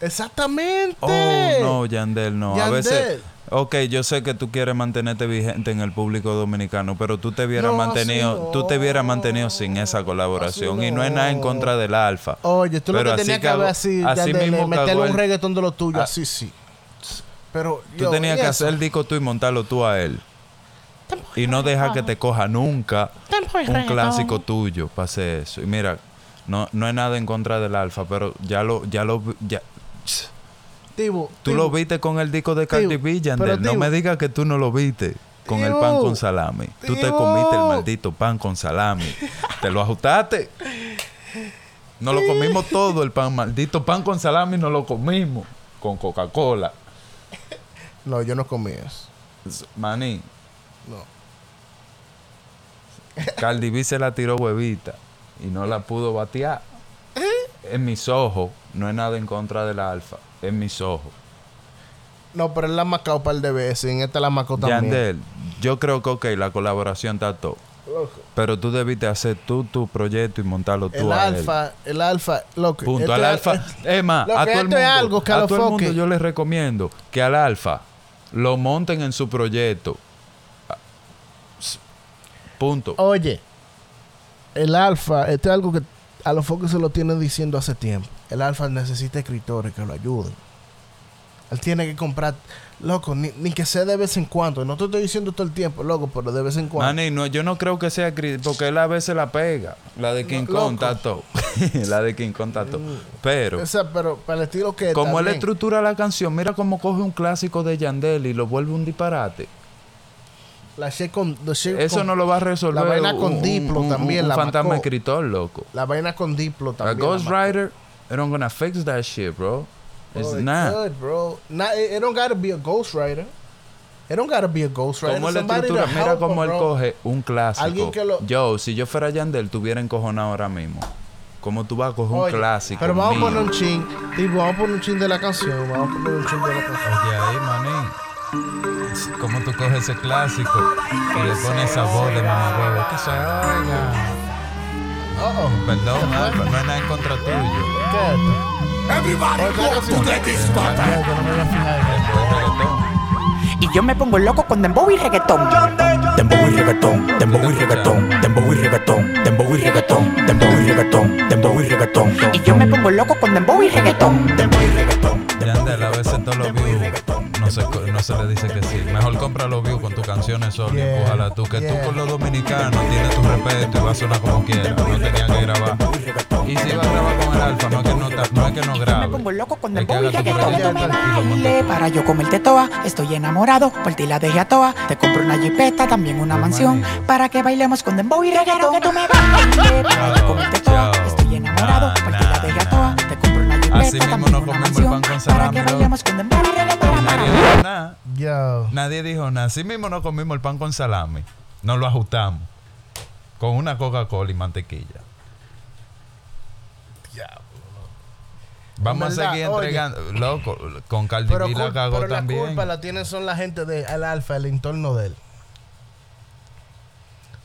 Speaker 4: Exactamente.
Speaker 3: Oh, no, Yandel no. A veces...
Speaker 4: Yandel.
Speaker 3: Ok, yo sé que tú quieres mantenerte vigente en el público dominicano, pero tú te hubieras
Speaker 4: No,
Speaker 3: mantenido,
Speaker 4: así
Speaker 3: tú te hubieras
Speaker 4: no.
Speaker 3: mantenido sin esa colaboración y no es
Speaker 4: no.
Speaker 3: nada en contra del alfa.
Speaker 4: Oye, tú
Speaker 3: Pero
Speaker 4: lo
Speaker 3: así
Speaker 4: que tenías que
Speaker 3: cagó-
Speaker 4: haber así,
Speaker 3: así
Speaker 4: Yandel,
Speaker 3: mismo
Speaker 4: es meterle
Speaker 3: cagó
Speaker 4: un
Speaker 3: el-
Speaker 4: reggaetón de lo tuyo,
Speaker 3: Ah.
Speaker 4: así sí. Pero
Speaker 3: Tú
Speaker 4: yo, eh,
Speaker 3: tenías
Speaker 4: ¿y
Speaker 3: que
Speaker 4: eso?
Speaker 3: hacer el disco tú y montarlo tú a él. Y no dejar que te coja nunca un clásico tuyo pase eso. Y mira, no, no es nada en contra del alfa, pero ya lo, ya lo, vi- ya-
Speaker 4: Tibu,
Speaker 3: tú
Speaker 4: Tibu,
Speaker 3: lo viste con el disco de Cardi
Speaker 4: Tibu,
Speaker 3: B, Yandel.
Speaker 4: pero
Speaker 3: no
Speaker 4: Tibu.
Speaker 3: me digas que tú no lo viste con el pan
Speaker 4: Tibu,
Speaker 3: con salami. Tú te
Speaker 4: Tibu.
Speaker 3: comiste el maldito pan con salami. te lo ajustaste. Nos lo comimos todo el pan, maldito pan con salami, nos lo comimos con Coca-Cola.
Speaker 4: No, yo no comí eso.
Speaker 3: Maní.
Speaker 4: No.
Speaker 3: Cardi B se la tiró huevita y no la pudo batear. En mis ojos, no es nada en contra de la alfa. En mis ojos.
Speaker 4: No, pero él la ha macado un par de veces. En esta la macó también.
Speaker 3: Yandel, yo creo que, ok, la colaboración está todo.
Speaker 4: Loco,
Speaker 3: Pero tú debiste hacer tú tu proyecto y montarlo tú
Speaker 4: El
Speaker 3: a él.
Speaker 4: alfa, el alfa, loco.
Speaker 3: Punto.
Speaker 4: esto
Speaker 3: al
Speaker 4: es-
Speaker 3: alfa. Es más,
Speaker 4: Loco,
Speaker 3: a todo el
Speaker 4: esto
Speaker 3: mundo,
Speaker 4: es algo que a
Speaker 3: a
Speaker 4: lo
Speaker 3: todo el
Speaker 4: foque.
Speaker 3: mundo yo les recomiendo que al alfa lo monten en su proyecto. Ah, s- Punto.
Speaker 4: Oye, el alfa, esto es algo que a los focos se lo tienen diciendo hace tiempo. El alfa necesita escritores que lo ayuden. Él tiene que comprar, loco, ni, ni que sea de vez en cuando. No te estoy diciendo todo el tiempo, loco, pero de vez en cuando.
Speaker 3: Manny, no, yo no creo que sea cri- porque él a veces la pega. La de King Kong
Speaker 4: loco.
Speaker 3: tato. la de King Kong tato. Pero,
Speaker 4: O sea, pero para el estilo que
Speaker 3: como él
Speaker 4: también.
Speaker 3: estructura la canción, mira cómo coge un clásico de Yandel y lo vuelve un disparate.
Speaker 4: La shit con, the shit
Speaker 3: Eso
Speaker 4: con-
Speaker 3: no lo va a resolver.
Speaker 4: la vaina
Speaker 3: un-
Speaker 4: con
Speaker 3: un-
Speaker 4: Diplo
Speaker 3: un-
Speaker 4: también
Speaker 3: Un
Speaker 4: la
Speaker 3: fantasma
Speaker 4: marcó.
Speaker 3: escritor, loco.
Speaker 4: La vaina con Diplo
Speaker 3: A
Speaker 4: también. la
Speaker 3: Ghost
Speaker 4: mató.
Speaker 3: Rider, they don't gonna fix that shit, bro.
Speaker 4: Bro,
Speaker 3: It's
Speaker 4: it
Speaker 3: not.
Speaker 4: could, bro. Not- it, it don't gotta be a ghostwriter. It don't gotta be a ghostwriter.
Speaker 3: Como él
Speaker 4: Somebody to
Speaker 3: estructura, mira
Speaker 4: help
Speaker 3: cómo
Speaker 4: him,
Speaker 3: él
Speaker 4: bro.
Speaker 3: coge un clásico.
Speaker 4: Alguien que lo-
Speaker 3: Yo, si yo fuera Yandel, tuviera encojonado ahora mismo. Como tú vas a coger
Speaker 4: Oye,
Speaker 3: un clásico.
Speaker 4: Pero vamos a
Speaker 3: mío?
Speaker 4: poner un ching. Tipo, vamos a poner un ching de la canción. Vamos a poner un ching de la canción.
Speaker 3: De ahí, maní. ¿Cómo tú coges ese clásico y le pones sabor de mamahuevo? Que se oiga.
Speaker 4: Uh
Speaker 3: Perdón, Alfa, no es nada en contra tuyo.
Speaker 4: oh. ¿Qué es esto?
Speaker 6: Everybody go to the disco.
Speaker 4: Espérate, no me voy a fijar.
Speaker 3: Es buen reggaetón.
Speaker 7: Y yo me pongo loco con dembow y reggaetón.
Speaker 8: Dembow y reggaetón, dembow y reggaetón, dembow y reggaetón, dembow y reggaetón, dembow y reggaetón, dembow y reggaetón,
Speaker 7: Y yo me pongo loco con dembow y reggaetón.
Speaker 8: dembow y reggaetón,
Speaker 3: Yandel, a veces todos los views no se, co- no se le dice que sí. Mejor compra los views con tus canciones solo.
Speaker 4: Yeah,
Speaker 3: Ojalá tú, que
Speaker 4: yeah.
Speaker 3: tú con los dominicanos tienes tu respeto y vas a sonar como quieras. No tenía que grabar. Y si va a grabar con el alfa, no es que no, ta- no, es que no
Speaker 7: Yo me
Speaker 3: grabe.
Speaker 7: pongo loco con
Speaker 3: Es que
Speaker 7: dembow y
Speaker 3: haga tu
Speaker 7: reggaetón.
Speaker 3: propio
Speaker 7: Tú me
Speaker 3: y lo monta.
Speaker 7: bailes para yo comerte toa. Estoy enamorado, por ti la dejé a toa. Te compro una jipeta, también una mansión. Para que bailemos con dembow y reggaetón. Tú me bailes para yo comerte toa.
Speaker 3: Chao,
Speaker 7: Estoy enamorado,
Speaker 3: chao.
Speaker 7: por ti la dejé a toa. Te compro una
Speaker 3: Así
Speaker 7: jipeta,
Speaker 3: mismo
Speaker 7: también
Speaker 3: nos
Speaker 7: una
Speaker 3: comemos el pan
Speaker 7: mansión.
Speaker 3: con
Speaker 7: Para
Speaker 3: salami,
Speaker 7: que
Speaker 3: loco.
Speaker 7: bailemos con dembow y reggaetón.
Speaker 3: Nadie dijo nada.
Speaker 4: Yo.
Speaker 3: Nadie dijo nada. Así mismo nos comimos el pan con salami. Nos lo ajustamos. Con una Coca-Cola y mantequilla. Diablo. Vamos
Speaker 4: En
Speaker 3: a
Speaker 4: verdad,
Speaker 3: seguir
Speaker 4: oye.
Speaker 3: entregando. Loco, con Cardi
Speaker 4: Pero,
Speaker 3: B la
Speaker 4: cul-
Speaker 3: cagó
Speaker 4: pero la
Speaker 3: también.
Speaker 4: culpa la tienen son la gente del alfa, el entorno de él.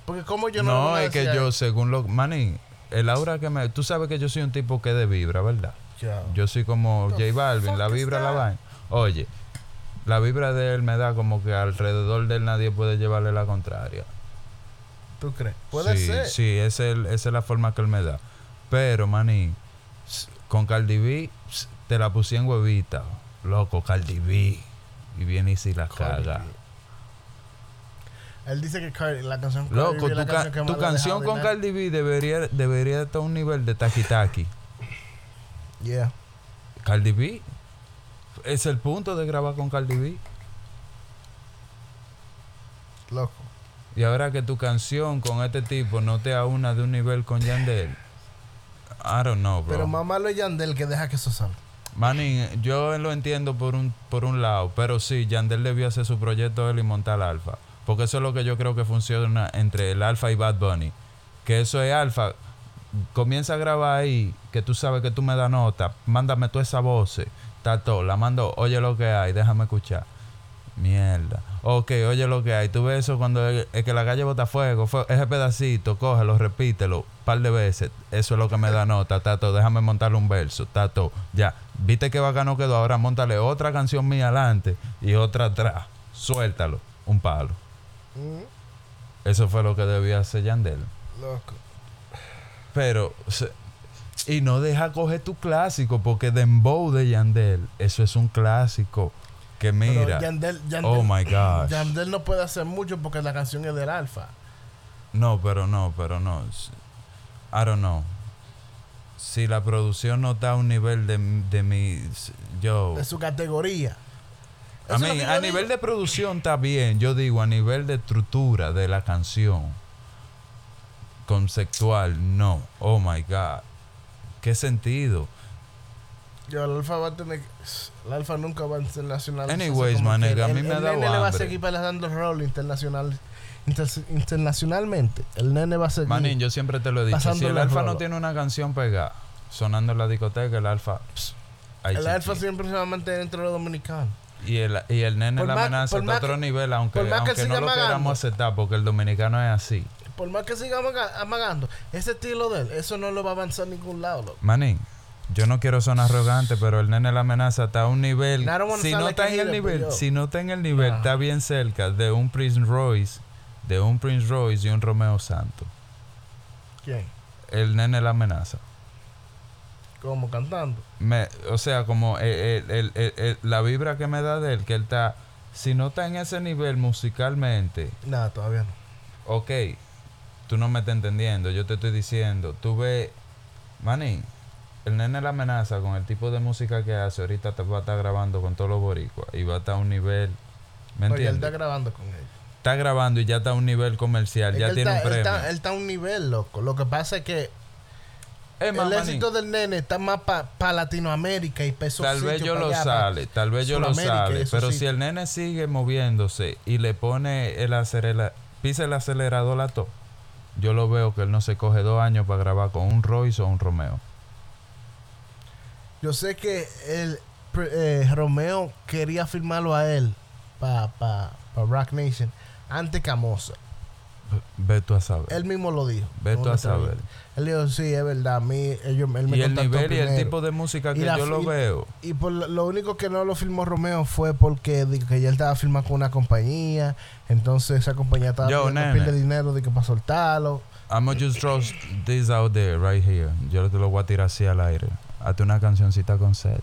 Speaker 4: Porque como yo no...
Speaker 3: no,
Speaker 4: le voy a
Speaker 3: es que
Speaker 4: decir a
Speaker 3: yo,
Speaker 4: él?
Speaker 3: según lo. Manín, el aura que me. Tú sabes que yo soy un tipo que de vibra, ¿verdad?
Speaker 4: Yo.
Speaker 3: Yo soy como J Balvin, la vibra la vaina. Oye, la vibra de él me da como que alrededor de él nadie puede llevarle la contraria.
Speaker 4: ¿Tú crees? Puede
Speaker 3: sí,
Speaker 4: ser.
Speaker 3: Sí, esa es, el- esa es la forma que él me da. Pero, maní, s- con Cardi B s- te la puse en huevita. Loco, Cardi B. Y viene y si la caga.
Speaker 4: Él dice que Cardi- la canción... Cardi
Speaker 3: Loco,
Speaker 4: B es la
Speaker 3: tu, ca-
Speaker 4: que
Speaker 3: tu
Speaker 4: más lo ha
Speaker 3: canción
Speaker 4: dejado
Speaker 3: con
Speaker 4: de nada.
Speaker 3: Cardi B debería, debería estar a un nivel de taquitaki.
Speaker 4: Yeah.
Speaker 3: Cardi B es el punto de grabar con Cardi B.
Speaker 4: Loco.
Speaker 3: Y ahora que tu canción con este tipo no te aúna de un nivel con Yandel. I don't know, bro.
Speaker 4: Pero más malo es Yandel que deja que eso salga.
Speaker 3: Manning, yo lo entiendo por un, por un lado, pero sí, Yandel debió hacer su proyecto él y montar Alfa. Porque eso es lo que yo creo que funciona entre el Alfa y Bad Bunny.
Speaker 9: que eso es alfa. Comienza a grabar ahí, que tú sabes que tú me das nota, mándame toda esa voz, tato, la mando, oye lo que hay, déjame escuchar. Mierda. Ok, oye lo que hay. Tú ves eso cuando es que la calle bota fuego. fue- ese pedacito, cógelo, repítelo. Par de veces. Eso es lo que me da nota, Tato. Déjame montarle un verso, Tato. Ya. Viste que bacano quedó. Ahora montale otra canción mía adelante y otra atrás. Suéltalo. Un palo.
Speaker 4: Mm.
Speaker 9: Eso fue lo que debía hacer Yandel.
Speaker 4: Loco.
Speaker 9: Pero. se- y no deja coger tu clásico, porque Dembow de Yandel, eso es un clásico. Que
Speaker 4: Pero
Speaker 9: mira.
Speaker 4: Yandel, Yandel,
Speaker 9: oh my gosh.
Speaker 4: Yandel no puede hacer mucho porque la canción es del alfa.
Speaker 9: No, pero no, pero no. S- I don't know. Si la producción no está a un nivel de, de mi. s- Yo.
Speaker 4: De su categoría.
Speaker 9: A,
Speaker 4: es
Speaker 9: mí,
Speaker 4: lo que yo
Speaker 9: a
Speaker 4: digo.
Speaker 9: nivel de producción está bien, yo digo, a nivel de estructura de la canción conceptual, no. Oh my God. ¿Qué sentido?
Speaker 4: Yo, el alfa va a tener que- El alfa nunca va a internacional.
Speaker 9: Anyways, my nigga, a mí me ha
Speaker 4: el
Speaker 9: dado
Speaker 4: nene le va a
Speaker 9: hambre.
Speaker 4: seguir dando rol internacional, inter- internacionalmente. El nene va a seguir.
Speaker 9: Manín, yo siempre te lo he dicho. si
Speaker 4: Pasándole
Speaker 9: el
Speaker 4: Mm. el
Speaker 9: alfa no
Speaker 4: rolo.
Speaker 9: tiene una canción pegada sonando en la discoteca, el alfa. pss, ahí
Speaker 4: el
Speaker 9: se
Speaker 4: alfa
Speaker 9: quita.
Speaker 4: siempre se va a mantener dentro de los dominicanos.
Speaker 9: Y el, y el nene
Speaker 4: Por
Speaker 9: la
Speaker 4: más-
Speaker 9: amenaza
Speaker 4: por
Speaker 9: está a
Speaker 4: más
Speaker 9: otro
Speaker 4: que-
Speaker 9: nivel, aunque,
Speaker 4: por más que
Speaker 9: aunque no
Speaker 4: siga
Speaker 9: lo
Speaker 4: amagando.
Speaker 9: queramos aceptar, porque el dominicano es así.
Speaker 4: Por más que siga amaga- amagando, ese estilo de él, eso no lo va a avanzar a ningún lado, loco.
Speaker 9: Manín, yo no quiero sonar arrogante, pero el nene la amenaza está a un nivel.
Speaker 4: I don't wanna
Speaker 9: Si
Speaker 4: sound
Speaker 9: no,
Speaker 4: like
Speaker 9: está
Speaker 4: a
Speaker 9: en el
Speaker 4: hater,
Speaker 9: nivel
Speaker 4: pero yo-
Speaker 9: si no está en el nivel, está bien cerca de un Prince Royce, de un Prince Royce y un Romeo Santo.
Speaker 4: ¿Quién?
Speaker 9: El nene la amenaza.
Speaker 4: Como cantando.
Speaker 9: Me- o sea, como eh, el- el- el- el- la vibra que me da de él, que él está. Si no está en ese nivel musicalmente,
Speaker 4: Nada, todavía no.
Speaker 9: ok, tú no me estás entendiendo, yo te estoy diciendo, tú ves, manín, el nene la amenaza con el tipo de música que hace, ahorita te va a estar grabando con todos los boricuas y va a estar a un nivel, ¿me
Speaker 4: Porque él está
Speaker 9: entiendes?
Speaker 4: grabando con ellos.
Speaker 9: Está grabando y ya está a un nivel comercial,
Speaker 4: Es
Speaker 9: ya
Speaker 4: que él
Speaker 9: tiene
Speaker 4: está-
Speaker 9: un
Speaker 4: él
Speaker 9: premio.
Speaker 4: está- Él está a un nivel, loco. Lo que pasa es que
Speaker 9: Es más,
Speaker 4: el
Speaker 9: manín,
Speaker 4: éxito del nene está más para Latinoamérica y peso
Speaker 9: tal vez yo lo sale, tal vez yo lo
Speaker 4: Sudamérica y
Speaker 9: sale,
Speaker 4: esos
Speaker 9: pero si
Speaker 4: sitios.
Speaker 9: el nene sigue moviéndose y le pone el acelerador, pisa el acelerador a todo, yo lo veo que él no se coge dos años para grabar con un Royce o un Romeo.
Speaker 4: Yo sé que el pr- eh, Romeo quería firmarlo a él para pa, pa Rock Nation antes que a Mozart.
Speaker 9: Ve tú a saber.
Speaker 4: Él mismo lo dijo.
Speaker 9: Ve
Speaker 4: en
Speaker 9: tú
Speaker 4: una
Speaker 9: a saber.
Speaker 4: entrevista. Él dijo, sí, es verdad. A mí, ellos, él me
Speaker 9: y el
Speaker 4: contactó
Speaker 9: nivel y el
Speaker 4: primero".
Speaker 9: tipo de música
Speaker 4: Y
Speaker 9: que
Speaker 4: la
Speaker 9: yo lo
Speaker 4: fil-
Speaker 9: veo.
Speaker 4: Y por lo, lo único que no lo firmó Romeo fue porque di- que ya él estaba firmado con una compañía. Entonces esa compañía estaba
Speaker 9: Yo,
Speaker 4: pidiendo
Speaker 9: nene.
Speaker 4: pila de dinero de que para soltarlo.
Speaker 9: I'm gonna just throw this out there, right here. Yo te lo voy a tirar así al aire. Hazte una cancioncita con Sech.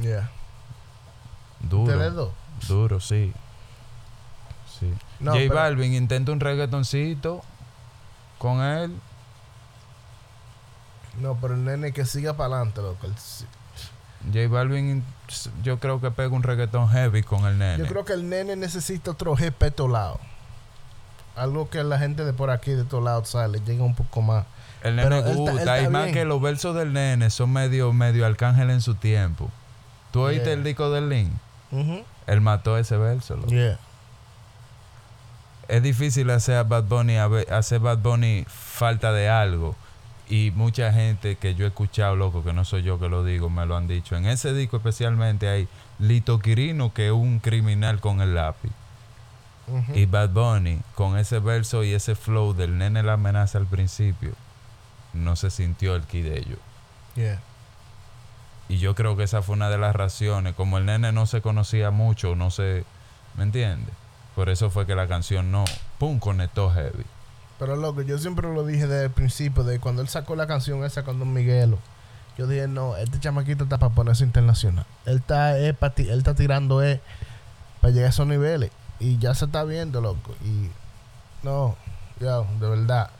Speaker 4: Yeah. ¿Ustedes
Speaker 9: Duro.
Speaker 4: dos?
Speaker 9: Duro, sí. sí.
Speaker 4: No,
Speaker 9: J
Speaker 4: pero-
Speaker 9: Balvin intenta un reggaetoncito con él.
Speaker 4: No, pero el nene que siga para adelante, loco. El-
Speaker 9: J Balvin, yo creo que pega un reggaeton heavy con el nene.
Speaker 4: Yo creo que el nene necesita otro jefe de todos lados. Algo que la gente de por aquí, de todos lados, sale, llega un poco más.
Speaker 9: el nene
Speaker 4: pero él ta- él
Speaker 9: gusta.
Speaker 4: ta
Speaker 9: y más
Speaker 4: bien.
Speaker 9: que los versos del nene son medio, medio arcángel en su tiempo. ¿Tú oíste
Speaker 4: Yeah.
Speaker 9: el disco del Link? Él mató ese verso. loco.
Speaker 4: Yeah.
Speaker 9: es difícil hacer a Bad Bunny a ve- hacer Bad Bunny falta de algo y mucha gente que yo he escuchado loco que no soy yo que lo digo me lo han dicho en ese disco especialmente hay Lito Quirino que es un criminal con el lápiz y Bad Bunny con ese verso y ese flow del nene la amenaza al principio no se sintió el ki de ellos
Speaker 4: Yeah.
Speaker 9: y yo creo que esa fue una de las razones. Como el nene no se conocía mucho, no se. ¿Me entiendes? Por eso fue que la canción no. ¡Pum! Conectó heavy.
Speaker 4: Pero loco, yo siempre lo dije desde el principio, de cuando él sacó la canción esa con Don Miguelo. Yo dije, no, este chamaquito está para ponerse internacional. Él está, eh, pa ti- él está tirando eh, para llegar a esos niveles. Y ya se está viendo, loco. Y no, ya, de verdad.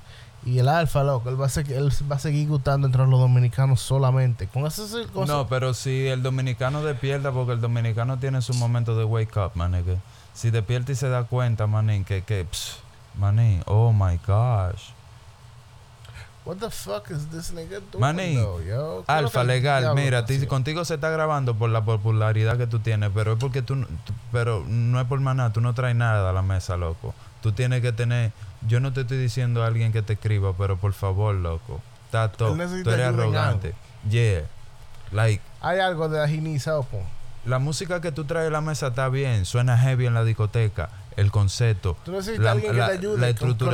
Speaker 4: Y el alfa, loco, él va a, se- él va a seguir gustando entre los dominicanos solamente. Con esas cosas.
Speaker 9: No, pero si el dominicano despierta, porque el dominicano tiene su momento de wake up, mané. que si despierta y se da cuenta, manín, que. que pss, manín, oh my gosh.
Speaker 4: What the fuck is this nigga doing?
Speaker 9: Manín,
Speaker 4: though, yo? ¿Qué
Speaker 9: Alfa
Speaker 4: es lo que el
Speaker 9: legal,
Speaker 4: diablo
Speaker 9: mira, a
Speaker 4: está
Speaker 9: ti-
Speaker 4: haciendo?
Speaker 9: contigo se está grabando por la popularidad que tú tienes, pero es porque tú, no- tú- pero no es por más nada, tú no traes nada a la mesa, loco.
Speaker 3: Tú tienes que tener. Yo no te estoy diciendo a alguien que te escriba, pero por favor, loco. Tato,
Speaker 4: Él
Speaker 3: tú
Speaker 4: necesita
Speaker 3: eres
Speaker 4: ayuda en
Speaker 3: arrogante. Yeah. Like,
Speaker 4: Hay algo de agilizado, po.
Speaker 3: la música que tú traes a la mesa está bien, suena heavy en la discoteca. El concepto,
Speaker 4: Tú necesitas
Speaker 3: la,
Speaker 4: alguien que
Speaker 3: la-
Speaker 4: te
Speaker 3: la
Speaker 4: ayude con- con la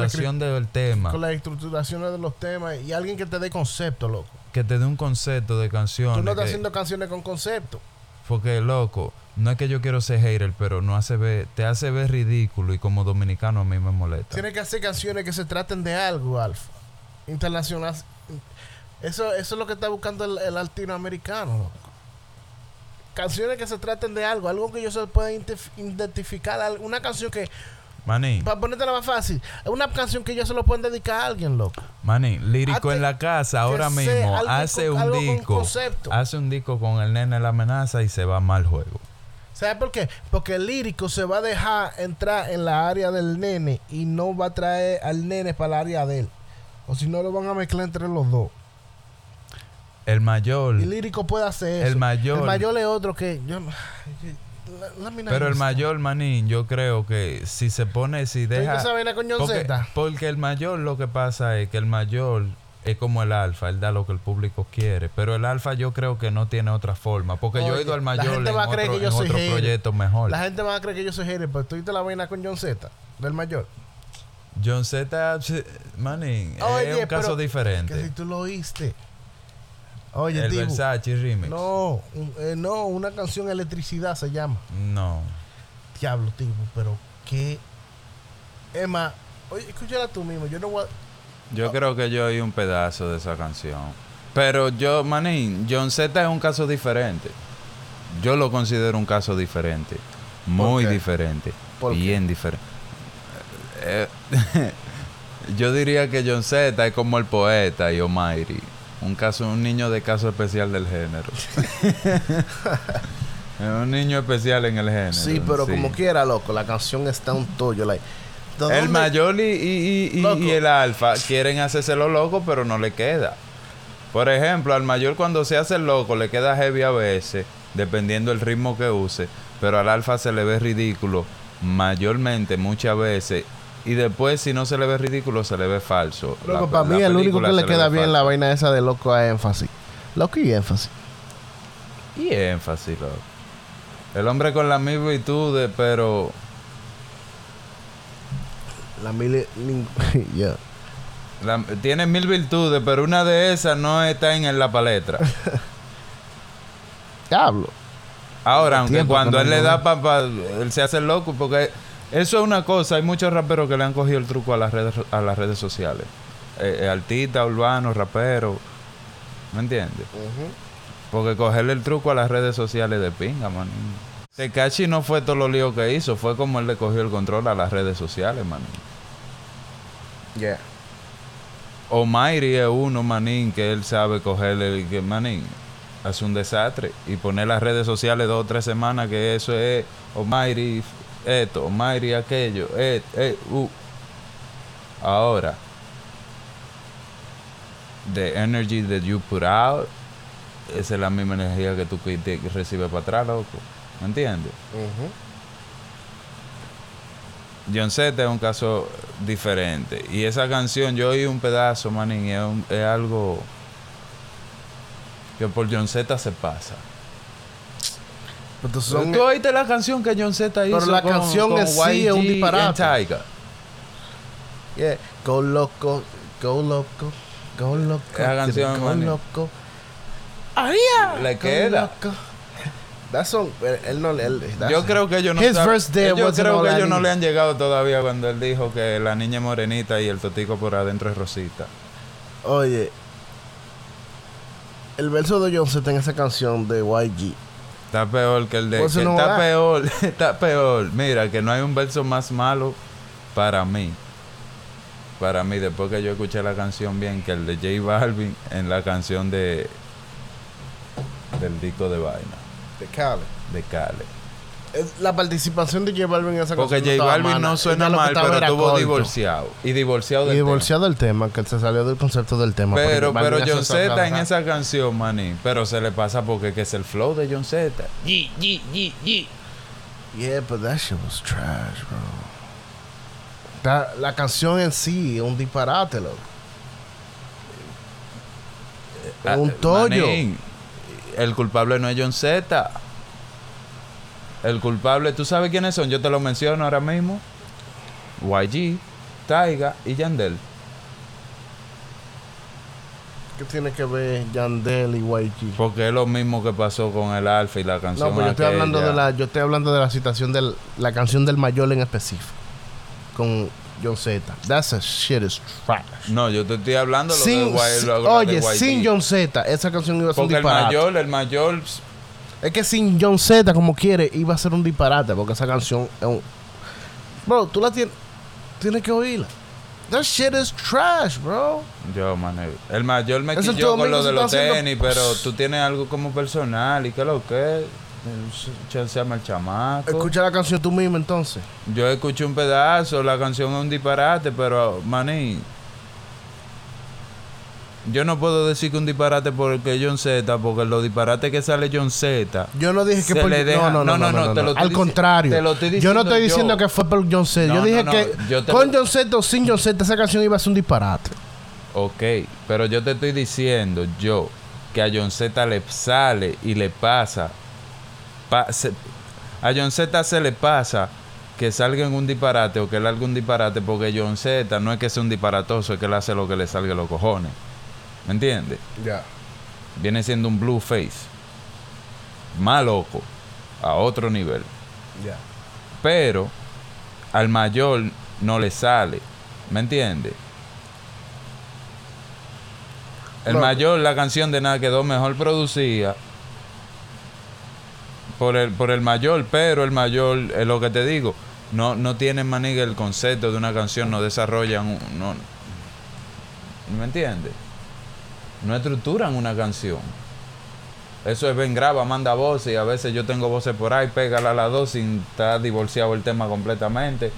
Speaker 3: estructuración del tema,
Speaker 4: Con las estructuraciones de los temas y alguien que te dé concepto, loco.
Speaker 3: que te dé un concepto de canción.
Speaker 4: Tú no estás haciendo canciones con concepto.
Speaker 3: Porque, loco, no es que yo quiero ser hater, pero no hace ver, te hace ver ridículo y como dominicano a mí me molesta.
Speaker 4: Tienes que hacer canciones que se traten de algo, Alfa. Internacional. Eso, eso es lo que está buscando el, el latinoamericano. loco. Canciones que se traten de algo, algo que yo se pueda identif- identificar. al- Una canción que,
Speaker 3: Maní,
Speaker 4: para ponértela más fácil, una canción que yo se lo pueden dedicar a alguien, loco.
Speaker 3: Maní, lírico
Speaker 4: Hazte-
Speaker 3: en la casa ahora
Speaker 4: que sea
Speaker 3: mismo,
Speaker 4: algo
Speaker 3: hace
Speaker 4: con-
Speaker 3: un
Speaker 4: algo con
Speaker 3: disco,
Speaker 4: concepto.
Speaker 3: hace un disco con el nene la amenaza y se va mal juego.
Speaker 4: ¿Sabes por qué? Porque el lírico se va a dejar entrar en la área del nene y no va a traer al nene para el área de él. O si no, lo van a mezclar entre los dos.
Speaker 3: El mayor,
Speaker 4: Y lírico puede hacer eso.
Speaker 3: El mayor.
Speaker 4: El mayor es otro que. yo no- la- la mina
Speaker 3: pero el
Speaker 4: no-
Speaker 3: mayor Manín, yo creo que si se pone, si
Speaker 4: ¿Tú
Speaker 3: deja,
Speaker 4: viste esa vaina con John
Speaker 3: porque,
Speaker 4: Zeta?
Speaker 3: porque el mayor lo que pasa es que el mayor es como el alfa, él da lo que el público quiere, pero el alfa yo creo que no tiene otra forma, porque yo he
Speaker 4: Oye,
Speaker 3: ido al
Speaker 4: la
Speaker 3: mayor en
Speaker 4: gente va a creer
Speaker 3: otro,
Speaker 4: que yo
Speaker 3: en
Speaker 4: soy
Speaker 3: otro
Speaker 4: hater.
Speaker 3: proyecto mejor.
Speaker 4: La gente va a creer que yo soy hater, pero tú viste la vaina con John Z, del mayor.
Speaker 3: John Z, ch- Manín,
Speaker 4: Oye,
Speaker 3: es un
Speaker 4: pero-
Speaker 3: caso
Speaker 4: Que si
Speaker 3: diferente.
Speaker 4: tú lo oíste. Oye,
Speaker 3: El
Speaker 4: Tibu,
Speaker 3: Versace Remix. No.
Speaker 4: No, un- eh, no, una canción Electricidad se llama. Diablo, Tibu, pero qué. Emma, oye, escúchala tú mismo. Yo no voy a. Oh.
Speaker 3: Yo creo que yo oí un pedazo de esa canción. Pero yo, Manín, John Z es un caso diferente. Yo lo considero un caso diferente. Muy
Speaker 4: qué?
Speaker 3: diferente.
Speaker 4: ¿Por qué?
Speaker 3: bien diferente. Eh, yo diría que John Z es como el poeta y Omairi. Un caso, un niño de caso especial del género. Es un niño especial en el género.
Speaker 9: Sí, pero como quiera, loco, la canción está un tollo. Like, ¿de dónde-
Speaker 3: El mayor y, y- y- y-
Speaker 9: Loco.
Speaker 3: y el alfa quieren hacerse lo loco, pero no le queda. Por ejemplo, al mayor cuando se hace el loco le queda heavy a veces, dependiendo del ritmo que use, pero al alfa se le ve ridículo mayormente muchas veces. Y después, si no se le ve ridículo, se le ve falso.
Speaker 4: Loco,
Speaker 3: La-
Speaker 4: para
Speaker 3: la
Speaker 4: mí el único
Speaker 3: película
Speaker 4: que le
Speaker 3: se ve
Speaker 4: queda bien
Speaker 3: falso.
Speaker 4: la vaina esa de loco a énfasis. Loco y énfasis.
Speaker 3: Y énfasis, loco. El hombre con las mil virtudes, pero
Speaker 4: La mil. ya.
Speaker 3: La- tiene mil virtudes, pero una de esas no está en, en la palestra.
Speaker 4: Diablo.
Speaker 3: Ahora, aunque
Speaker 4: tiempo
Speaker 3: cuando él
Speaker 4: cuando
Speaker 3: le
Speaker 4: no-
Speaker 3: da pa, pa- él se hace loco porque eso es una cosa, hay muchos raperos que le han cogido el truco a las redes a las redes sociales. Eh, eh, artistas, urbanos, raperos. ¿Me entiendes? Porque cogerle el truco a las redes sociales de pinga, man. Tekashi no fue todo lo lío que hizo, fue como él le cogió el control a las redes sociales, man.
Speaker 9: Yeah.
Speaker 3: Omairi es uno, manín, que él sabe coger el que manín. Hace un desastre. Y poner las redes sociales dos o tres semanas que eso es Omairi esto, Omairi aquello, et- eh, uh. Ahora, the energy that you put out, esa es la misma energía que tú que te- que recibes para atrás, loco. ¿Me entiendes? John Z es un caso diferente. Y esa canción, yo oí un pedazo, manín, y es, un- es algo que por John Z se pasa.
Speaker 4: Entonces son-
Speaker 3: Tú oíste la canción que John Z hizo.
Speaker 4: Pero la
Speaker 3: con-
Speaker 4: canción
Speaker 3: con
Speaker 4: en sí es un
Speaker 3: YG
Speaker 4: disparate.
Speaker 3: and Tyga.
Speaker 4: yeah. Go loco, go loco, go loco.
Speaker 3: Esa canción,
Speaker 4: go
Speaker 3: maní.
Speaker 4: loco,
Speaker 3: Le
Speaker 4: go
Speaker 3: queda.
Speaker 4: loco. That song, eh, él no, él, that
Speaker 3: Yo
Speaker 4: song.
Speaker 3: creo que ellos no
Speaker 4: His
Speaker 3: saben-
Speaker 4: first day
Speaker 3: yo
Speaker 4: wasn't
Speaker 3: creo
Speaker 4: all
Speaker 3: que
Speaker 4: I
Speaker 3: ellos no
Speaker 4: needed.
Speaker 3: le han llegado todavía cuando él dijo que la niña es morenita y el totico por adentro es rosita.
Speaker 9: Oye, el verso de John Z en esa canción de YG.
Speaker 3: Está peor que el de.
Speaker 9: Pues
Speaker 3: que
Speaker 9: no
Speaker 3: está
Speaker 9: va.
Speaker 3: peor, está peor. Mira, que no hay un verso más malo para mí. Para mí, después que yo escuché la canción bien, que el de J Balvin en la canción de. del disco de vaina,
Speaker 4: De Cali.
Speaker 3: de Cale.
Speaker 4: Es La participación de J Balvin en esa
Speaker 3: Porque
Speaker 4: canción.
Speaker 3: J
Speaker 4: estaba
Speaker 3: Balvin
Speaker 4: mala.
Speaker 3: no suena
Speaker 4: Era lo que
Speaker 3: mal,
Speaker 4: estaba
Speaker 3: pero
Speaker 4: era
Speaker 3: estuvo
Speaker 4: corto.
Speaker 3: divorciado. Y divorciado
Speaker 4: Y
Speaker 3: del tema.
Speaker 4: divorciado del tema, que él se salió del concepto del tema.
Speaker 3: Pero,
Speaker 4: porque
Speaker 3: pero
Speaker 4: Balvin hace
Speaker 3: John
Speaker 4: esa
Speaker 3: Z en
Speaker 4: trabaja.
Speaker 3: esa canción, maní. Pero se le pasa porque que es el flow de John Z.
Speaker 9: Yeah, but that shit was trash, bro.
Speaker 4: Está- la canción en sí es un disparate, loco.
Speaker 3: Ah,
Speaker 4: un tollo.
Speaker 3: manín, el culpable no es John Z. El culpable, ¿tú sabes quiénes son? Yo te lo menciono ahora mismo. YG, Taiga y Yandel.
Speaker 4: ¿Qué tiene que ver Yandel y YG?
Speaker 3: Porque es lo mismo que pasó con el Alfa y la canción.
Speaker 4: No, pero yo estoy
Speaker 3: aquella.
Speaker 4: hablando de la, yo estoy hablando de la situación de la canción del mayor en específico. Con John Z. That's a shit is trash.
Speaker 3: No, yo te estoy hablando lo
Speaker 4: Sin,
Speaker 3: de, Y-
Speaker 4: sin-
Speaker 3: lo de
Speaker 4: oye,
Speaker 3: YG.
Speaker 4: sin John Z, esa canción iba a ser un
Speaker 3: Porque el
Speaker 4: disparate.
Speaker 3: mayor, el mayor.
Speaker 4: Es que sin John Z, como quiere, iba a ser un disparate, porque esa canción es un... Bro, tú la tienes... Tienes que oírla. That shit is trash, bro.
Speaker 3: Yo, mané. El mayor me
Speaker 4: Ese
Speaker 3: quilló con
Speaker 4: domingo
Speaker 3: lo
Speaker 4: se
Speaker 3: de
Speaker 4: está
Speaker 3: los
Speaker 4: haciendo-
Speaker 3: tenis, pero tú tienes algo como personal y que lo que. Chance el chamaco.
Speaker 4: Escucha la canción tú mismo entonces.
Speaker 3: Yo escuché un pedazo, la canción es un disparate, pero maní. Yo no puedo decir que un disparate porque John Z, porque los disparates que sale John Z.
Speaker 4: Yo no dije
Speaker 3: Se
Speaker 4: que por...
Speaker 3: le deja-
Speaker 4: No, no, no, no, no,
Speaker 3: te
Speaker 4: no.
Speaker 3: lo estoy
Speaker 4: Al
Speaker 3: dici-
Speaker 4: contrario.
Speaker 3: te lo estoy
Speaker 4: yo no
Speaker 3: diciendo
Speaker 4: estoy diciendo
Speaker 3: yo.
Speaker 4: que fue por John Z.
Speaker 3: No,
Speaker 4: yo dije
Speaker 3: no, no,
Speaker 4: que
Speaker 3: yo te
Speaker 4: con
Speaker 3: lo-
Speaker 4: John Z o sin John Z esa canción iba a ser un disparate.
Speaker 3: Ok, pero yo te estoy diciendo yo que a John Z le sale y le pasa. pa- se- a John Z se le pasa que salga en un disparate o que él haga un disparate porque John Z no es que sea un disparatoso, es que él hace lo que le salga de los cojones. ¿Me entiendes?
Speaker 4: Ya.
Speaker 3: viene siendo un blue face. Más loco. A otro nivel.
Speaker 4: Ya.
Speaker 3: Pero al mayor no le sale. ¿Me entiendes? El
Speaker 4: Loco.
Speaker 3: mayor, la canción de nada quedó mejor producida. Por el, por el mayor, pero el mayor, es lo que te digo, no, no tiene maniga el concepto de una canción, no desarrollan, un- no, ¿me entiendes? no estructuran una canción. Eso es ven, graba, manda voces y a veces yo tengo voces por ahí, pégala a las dos sin estar divorciado el tema completamente.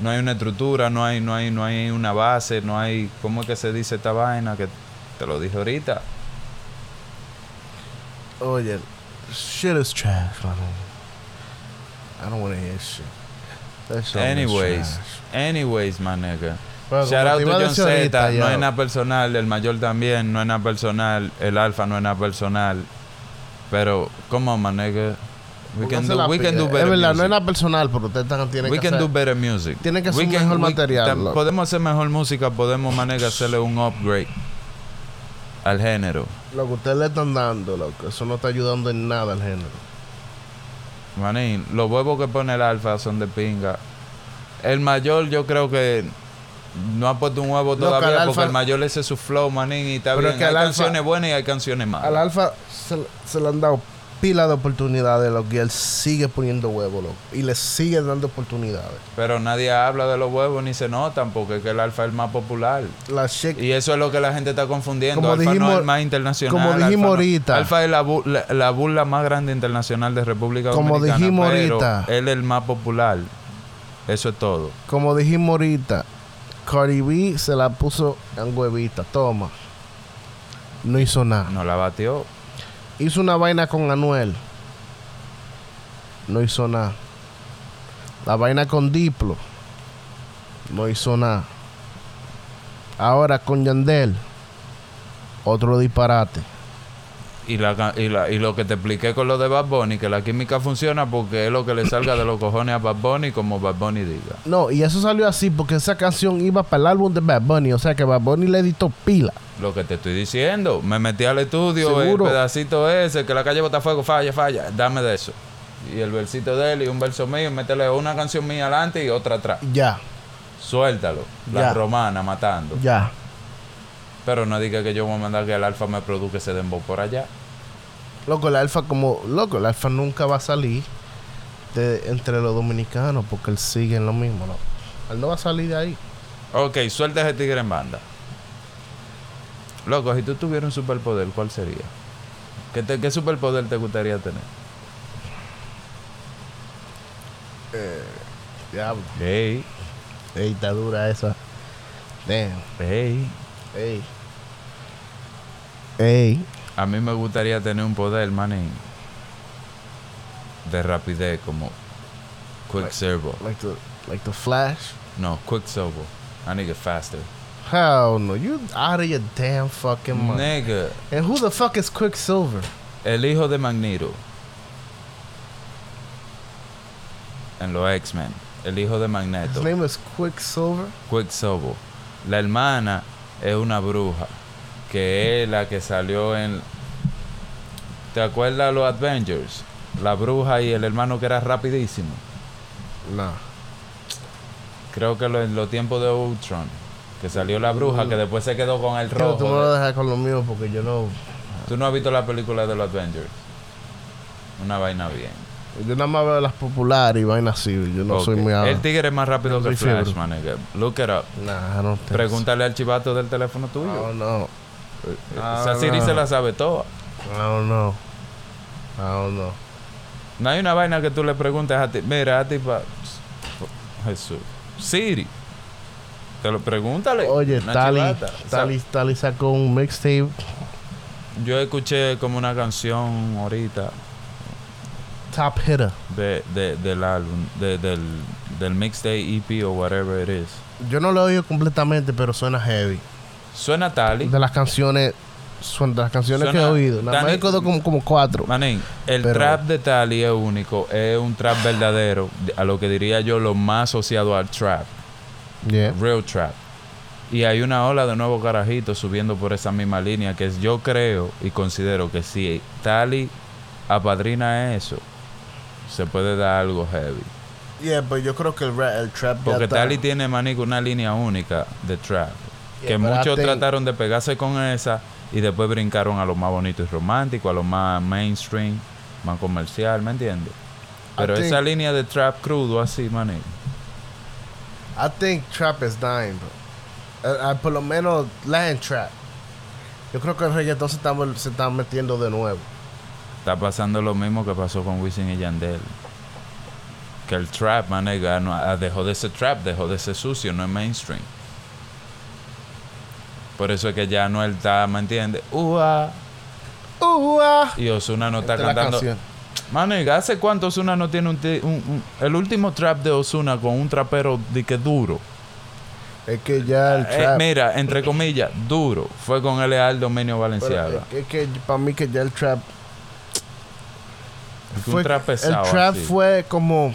Speaker 3: No hay una estructura, no hay, no hay, no hay una base, no hay, ¿cómo es que se dice esta vaina? Que te lo dije ahorita.
Speaker 4: Oye, shit is trash, man. I don't want to hear shit. That song is
Speaker 3: Anyways,
Speaker 4: trash.
Speaker 3: anyways, my nigga.
Speaker 4: Bueno,
Speaker 3: Shout
Speaker 4: como
Speaker 3: out
Speaker 4: te
Speaker 3: to
Speaker 4: iba a
Speaker 3: John
Speaker 4: decir
Speaker 3: Z,
Speaker 4: ahorita,
Speaker 3: no
Speaker 4: yo-
Speaker 3: es nada personal, el mayor también, no es nada personal, el alfa no es nada personal. Pero, come on, my nigga. We can
Speaker 4: Pónganse
Speaker 3: do,
Speaker 4: la
Speaker 3: we can
Speaker 4: pila.
Speaker 3: do better
Speaker 4: Es verdad, no
Speaker 3: music.
Speaker 4: es nada personal, pero ustedes tan- tienen
Speaker 3: We
Speaker 4: que
Speaker 3: can do
Speaker 4: hacer...
Speaker 3: better music.
Speaker 4: Tiene que
Speaker 3: We
Speaker 4: ser mejor material,
Speaker 3: tam-
Speaker 4: loco.
Speaker 3: Podemos hacer mejor música, podemos manejar hacerle un upgrade al género.
Speaker 4: Lo que ustedes le están dando, loco, eso no está ayudando en nada al género.
Speaker 3: Manín, los huevos que pone el alfa son de pinga. El mayor yo creo que no ha puesto un huevo
Speaker 4: Loco, al
Speaker 3: todavía porque
Speaker 4: Alfa-
Speaker 3: el mayor ese es su flow, manín, y está
Speaker 4: Pero
Speaker 3: bien.
Speaker 4: es que
Speaker 3: hay
Speaker 4: al Alfa-
Speaker 3: canciones buenas y hay canciones
Speaker 4: Al
Speaker 3: malas.
Speaker 4: Alfa se, se le han dado pila de oportunidades, loco, y él sigue poniendo huevos, loco, y le sigue dando oportunidades.
Speaker 3: Pero nadie habla de los huevos ni se notan porque es que el alfa es el más popular.
Speaker 4: La shit
Speaker 3: Y eso es lo que la gente está confundiendo.
Speaker 4: Como
Speaker 3: Alfa no
Speaker 4: dijimos-
Speaker 3: es el más internacional.
Speaker 4: como
Speaker 3: Alfa
Speaker 4: dijimos
Speaker 3: no-
Speaker 4: ahorita.
Speaker 3: Alfa es la, bu- la- la burla más grande internacional de República
Speaker 4: Como
Speaker 3: Dominicana.
Speaker 4: dijimos
Speaker 3: pero
Speaker 4: ahorita.
Speaker 3: Él es el más popular. Eso es todo.
Speaker 4: Como dijimos ahorita, Cardi B se la puso en huevita. Toma. No hizo nada.
Speaker 3: No la batió.
Speaker 4: Hizo una vaina con Anuel. No hizo nada. La vaina con Diplo. No hizo nada. Ahora con Yandel. Otro disparate.
Speaker 3: Y, la ca- y la- y lo que te expliqué con lo de Bad Bunny, que la química funciona porque es lo que le salga de los cojones a Bad Bunny, como Bad Bunny diga.
Speaker 4: No, y eso salió así porque esa canción iba para el álbum de Bad Bunny. O sea que Bad Bunny le editó pila.
Speaker 3: Lo que te estoy diciendo. Me metí al estudio,
Speaker 4: Seguro.
Speaker 3: el pedacito ese, que la calle Botafuego falla, falla. Dame de eso. Y el versito de él y un verso mío, métele una canción mía adelante y otra atrás.
Speaker 4: Ya,
Speaker 3: Suéltalo. La
Speaker 4: Ya.
Speaker 3: romana matando.
Speaker 4: ya.
Speaker 3: Pero no diga que yo voy a mandar que el alfa me produzca ese dembow por allá.
Speaker 4: Loco, el alfa como... Loco, el alfa nunca va a salir de, entre los dominicanos porque él sigue en lo mismo, loco. Él no va a salir de ahí.
Speaker 3: Ok, suelta ese tigre en banda. Loco, si tú tuvieras un superpoder, ¿cuál sería? ¿Qué, te- qué superpoder te gustaría tener?
Speaker 4: Diablo.
Speaker 3: Hey,
Speaker 4: Ey, está dura esa. Damn.
Speaker 3: hey.
Speaker 4: Ey. Ey.
Speaker 3: A mí me gustaría tener un poder, manín. De rapidez, como Quicksilver.
Speaker 4: Like the, like the Flash.
Speaker 3: No, Quicksilver. I nigga faster.
Speaker 4: Hell no, you out of your damn fucking mind.
Speaker 3: Nigga,
Speaker 4: And who the fuck is Quicksilver?
Speaker 3: el hijo de Magneto. En los X-Men. El hijo de Magneto.
Speaker 4: His name is Quicksilver.
Speaker 3: Quicksilver. La hermana es una bruja. Que es la que salió en. ¿Te acuerdas los Avengers? La bruja y el hermano que era rapidísimo.
Speaker 4: Nah.
Speaker 3: Creo que lo- en los tiempos de Ultron. Que salió la bruja que después se quedó con el
Speaker 4: Pero tú me
Speaker 3: rojo.
Speaker 4: lo
Speaker 3: de-
Speaker 4: dejas con lo mío porque yo no.
Speaker 3: ¿Tú no has visto la película de los Avengers? Una vaina bien.
Speaker 4: Yo nada más veo las populares y vainas así. Yo no soy
Speaker 3: Ok.
Speaker 4: muy.
Speaker 3: El tigre es más rápido
Speaker 4: no
Speaker 3: que
Speaker 4: soy
Speaker 3: Flash,
Speaker 4: fiebre.
Speaker 3: my nigga. Look it up.
Speaker 4: Nah, I don't think
Speaker 3: Pregúntale al chivato del teléfono
Speaker 4: so. I
Speaker 3: tuyo.
Speaker 4: don't know.
Speaker 3: O sea, Siri
Speaker 4: Eh, Ah, no.
Speaker 3: se la sabe toda.
Speaker 4: I don't know. I don't know.
Speaker 3: No hay una vaina que tú le preguntes a ti. Mira, a ti pa... Jesús. Siri. Te lo pregúntale.
Speaker 4: Oye,
Speaker 3: Una
Speaker 4: Tali,
Speaker 3: chivata. O sea,
Speaker 4: Tali, Tali sacó un mixtape.
Speaker 3: Yo escuché como una canción ahorita
Speaker 4: Top hitter.
Speaker 3: de, de- del álbum, de- del, del mixtape EP o whatever it is.
Speaker 4: Yo no lo he oído completamente, pero suena heavy.
Speaker 3: Suena Tali.
Speaker 4: De las canciones, son de las canciones que he
Speaker 3: Suena-
Speaker 4: oído. Nada más
Speaker 3: Dani-
Speaker 4: recuerdo como, como cuatro.
Speaker 3: Manín, el
Speaker 4: Pero-
Speaker 3: trap de Tali es único. Es un trap verdadero. de- A lo que diría yo lo más asociado al trap.
Speaker 4: Yeah.
Speaker 3: Real trap. Y hay una ola de nuevos carajitos subiendo por esa misma línea. Que es- yo creo y considero que si Tali apadrina eso, se puede dar algo heavy.
Speaker 4: Yeah, pero yo creo que el, ra- el trap ya
Speaker 3: Porque
Speaker 4: está.
Speaker 3: Tali tiene, manico, una línea única de trap.
Speaker 4: Yeah,
Speaker 3: que
Speaker 4: but I
Speaker 3: muchos
Speaker 4: think-
Speaker 3: trataron de pegarse con esa y después brincaron a lo más bonito y romántico, a lo más mainstream, más comercial, ¿me entiendes? Pero esa
Speaker 4: think-
Speaker 3: línea de trap crudo así, maní.
Speaker 4: I think trap is dying, bro. Eh, ah, por lo menos land trap. Yo creo que el reggaetón se está, vol- se está metiendo de nuevo.
Speaker 3: Está pasando lo mismo que pasó con Wisin y Yandel. Que el trap, maní, ganó- ah, dejó de ser trap, dejó de ser sucio, no es mainstream. Por eso es que ya no él está, ¿me entiendes? Ua.
Speaker 4: Uh, ah.
Speaker 3: Y Osuna no está
Speaker 4: Esta es la
Speaker 3: cantando.
Speaker 4: canción.
Speaker 3: Maniga, ¿hace cuánto Osuna no tiene un, ti- un- un- El último trap de Osuna con un trapero de que duro.
Speaker 4: Es que ya el
Speaker 3: Eh,
Speaker 4: trap.
Speaker 3: mira, entre comillas, duro. Fue con L.A. Dominio
Speaker 4: pero
Speaker 3: Valenciaga.
Speaker 4: es, es que para mí que ya el trap.
Speaker 3: Porque un
Speaker 4: fue-
Speaker 3: trap
Speaker 4: el
Speaker 3: pesado
Speaker 4: trap
Speaker 3: así.
Speaker 4: fue como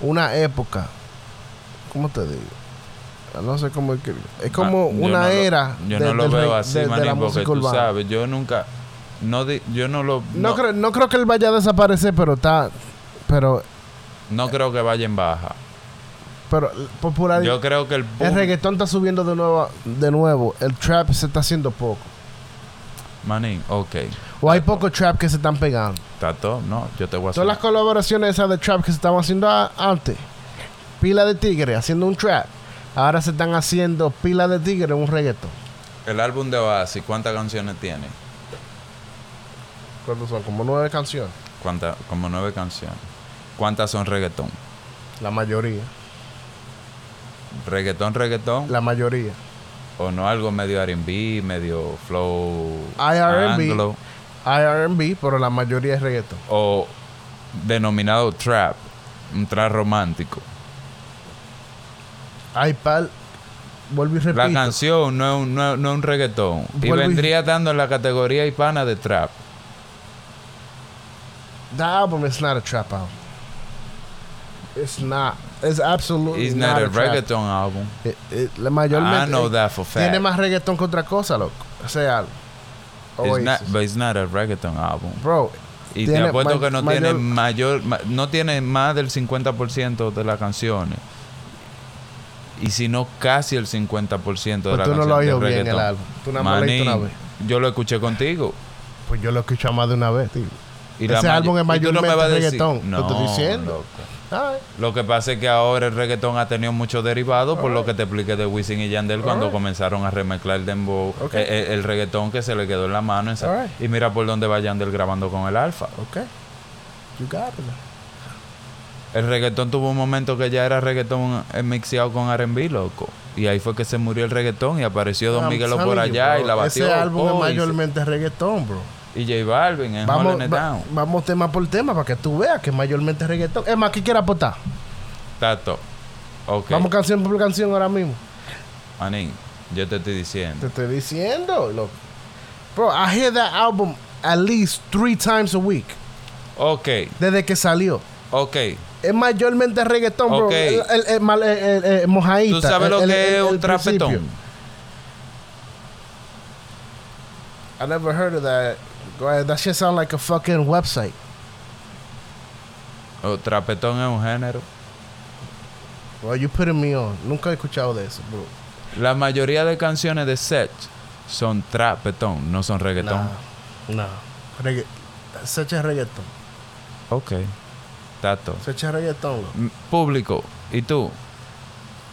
Speaker 4: una época. ¿Cómo te digo? No sé cómo es que- Es como
Speaker 3: Ma- Ah, yo
Speaker 4: una
Speaker 3: no lo-
Speaker 4: era.
Speaker 3: Yo
Speaker 4: de-
Speaker 3: no lo
Speaker 4: del
Speaker 3: veo
Speaker 4: reg-
Speaker 3: así,
Speaker 4: de- de
Speaker 3: manín,
Speaker 4: la
Speaker 3: porque
Speaker 4: música
Speaker 3: tú
Speaker 4: urbana.
Speaker 3: sabes, yo nunca. No di- yo no lo.
Speaker 4: No,
Speaker 3: No, no creo.
Speaker 4: Creo, no creo que él vaya a desaparecer, pero está. Pero,
Speaker 3: que vaya en baja.
Speaker 4: pero popular.
Speaker 3: Yo creo que el.
Speaker 4: el
Speaker 3: pub-
Speaker 4: reggaetón está subiendo de nuevo, de nuevo. El trap se está haciendo poco.
Speaker 3: Manín, ok.
Speaker 4: O hay pocos trap que se están pegando.
Speaker 3: Tato, no, yo te voy a hacer.
Speaker 4: Todas las colaboraciones esas de trap que se estaban haciendo a- antes. Pila de tigre haciendo un trap. Ahora se están haciendo pila de tigre un reggaetón.
Speaker 3: El álbum de Oasis, ¿cuántas canciones tiene?
Speaker 4: ¿Cuántos son? Como nueve canciones.
Speaker 3: ¿Cuántas? Como nueve canciones. ¿Cuántas son reggaetón?
Speaker 4: La mayoría.
Speaker 3: reggaetón, reggaetón,
Speaker 4: La mayoría.
Speaker 3: o no algo medio R&B, medio flow
Speaker 4: Hay R&B.
Speaker 3: anglo,
Speaker 4: Hay R&B, pero la mayoría es reggaetón.
Speaker 3: o denominado trap, un trap romántico.
Speaker 4: Hay pal... Vuelvo y repito.
Speaker 3: La canción no es un, no es- no es un reggaetón y
Speaker 4: Vuelvo y-
Speaker 3: vendría dando en la categoría hispana de trap.
Speaker 4: The album is not a trap album. It's not. It's absolutely
Speaker 3: It's
Speaker 4: not,
Speaker 3: not a
Speaker 4: trap.
Speaker 3: reggaeton album.
Speaker 4: Eh, eh, la
Speaker 3: I
Speaker 4: mayormente
Speaker 3: know that for fact.
Speaker 4: tiene más reggaetón que otra cosa, loco. Ese álbum.
Speaker 3: It's
Speaker 4: Oasis.
Speaker 3: not, but it's not a reggaeton album.
Speaker 4: Bro,
Speaker 3: Y te
Speaker 4: tiene
Speaker 3: apuesto
Speaker 4: ma-
Speaker 3: que no tiene mayor, ma- no tiene más del 50% de las canciones. Y si no casi el 50% de
Speaker 4: Pues
Speaker 3: las
Speaker 4: tú
Speaker 3: canciones
Speaker 4: no lo has
Speaker 3: de
Speaker 4: oído bien
Speaker 3: reggaetón.
Speaker 4: el álbum. Tú nada más lo oíste una
Speaker 3: Manín,
Speaker 4: vez.
Speaker 3: Yo lo escuché contigo.
Speaker 4: Pues yo lo he escuchado más de una vez, tío.
Speaker 3: Y
Speaker 4: Ese
Speaker 3: may-
Speaker 4: álbum es
Speaker 3: y tú no me
Speaker 4: mayormente
Speaker 3: vas a decir-
Speaker 4: reggaetón,
Speaker 3: No,
Speaker 4: te estoy diciendo.
Speaker 3: loco.
Speaker 4: Ay,
Speaker 3: Lo que pasa es que ahora el reggaetón ha tenido muchos derivados, por lo que te expliqué de Wisin y Yandel cuando comenzaron a remezclar el dembow, eh, eh, el, reggaetón que se le quedó en la mano. en esa-
Speaker 4: Alright.
Speaker 3: Y mira por dónde va Yandel grabando con el alfa.
Speaker 4: ok. You got it.
Speaker 3: El reggaetón tuvo un momento que ya era reggaetón eh, mixeado con R&B, loco. Y ahí fue que se murió el reggaetón y apareció Don
Speaker 4: I'm
Speaker 3: Miguelo
Speaker 4: telling
Speaker 3: por
Speaker 4: you,
Speaker 3: allá
Speaker 4: bro.
Speaker 3: y la batió.
Speaker 4: Ese álbum es
Speaker 3: oh, y se-
Speaker 4: mayormente reggaetón, bro.
Speaker 3: Y J Balvin en
Speaker 4: Vamos,
Speaker 3: Holding It
Speaker 4: va-
Speaker 3: Down.
Speaker 4: vamos tema por tema para que tú veas que mayormente es reggaetón. Es más, ¿qué quieres apostar?
Speaker 3: Tato, Ok.
Speaker 4: Vamos canción por canción ahora mismo.
Speaker 3: Manín, yo te estoy
Speaker 4: Te
Speaker 3: diciendo.
Speaker 4: estoy diciendo, loco. Bro, I hear that album at least three times a week.
Speaker 3: Ok,
Speaker 4: Desde que salió.
Speaker 3: ok.
Speaker 4: Es mayormente reggaetón, bro.
Speaker 3: Ok.
Speaker 4: El, el, el mal- el- el- el mojadita,
Speaker 3: ¿Tú sabes
Speaker 4: el-
Speaker 3: lo
Speaker 4: el-
Speaker 3: que
Speaker 4: el-
Speaker 3: es
Speaker 4: el
Speaker 3: un trapetón?
Speaker 4: principio. I never heard of that. Go ahead, That shit sound like a fucking website.
Speaker 3: O Oh, trapetón es un género.
Speaker 4: Bro, you putting me on. Nunca he escuchado de eso, bro.
Speaker 3: La mayoría de canciones de Seth son trapetón, no son reggaetón.
Speaker 4: No. Regga se echa reggaetón.
Speaker 3: Ok, tato.
Speaker 4: Se echa reggaetón, loco.
Speaker 3: M- Público, ¿y tú?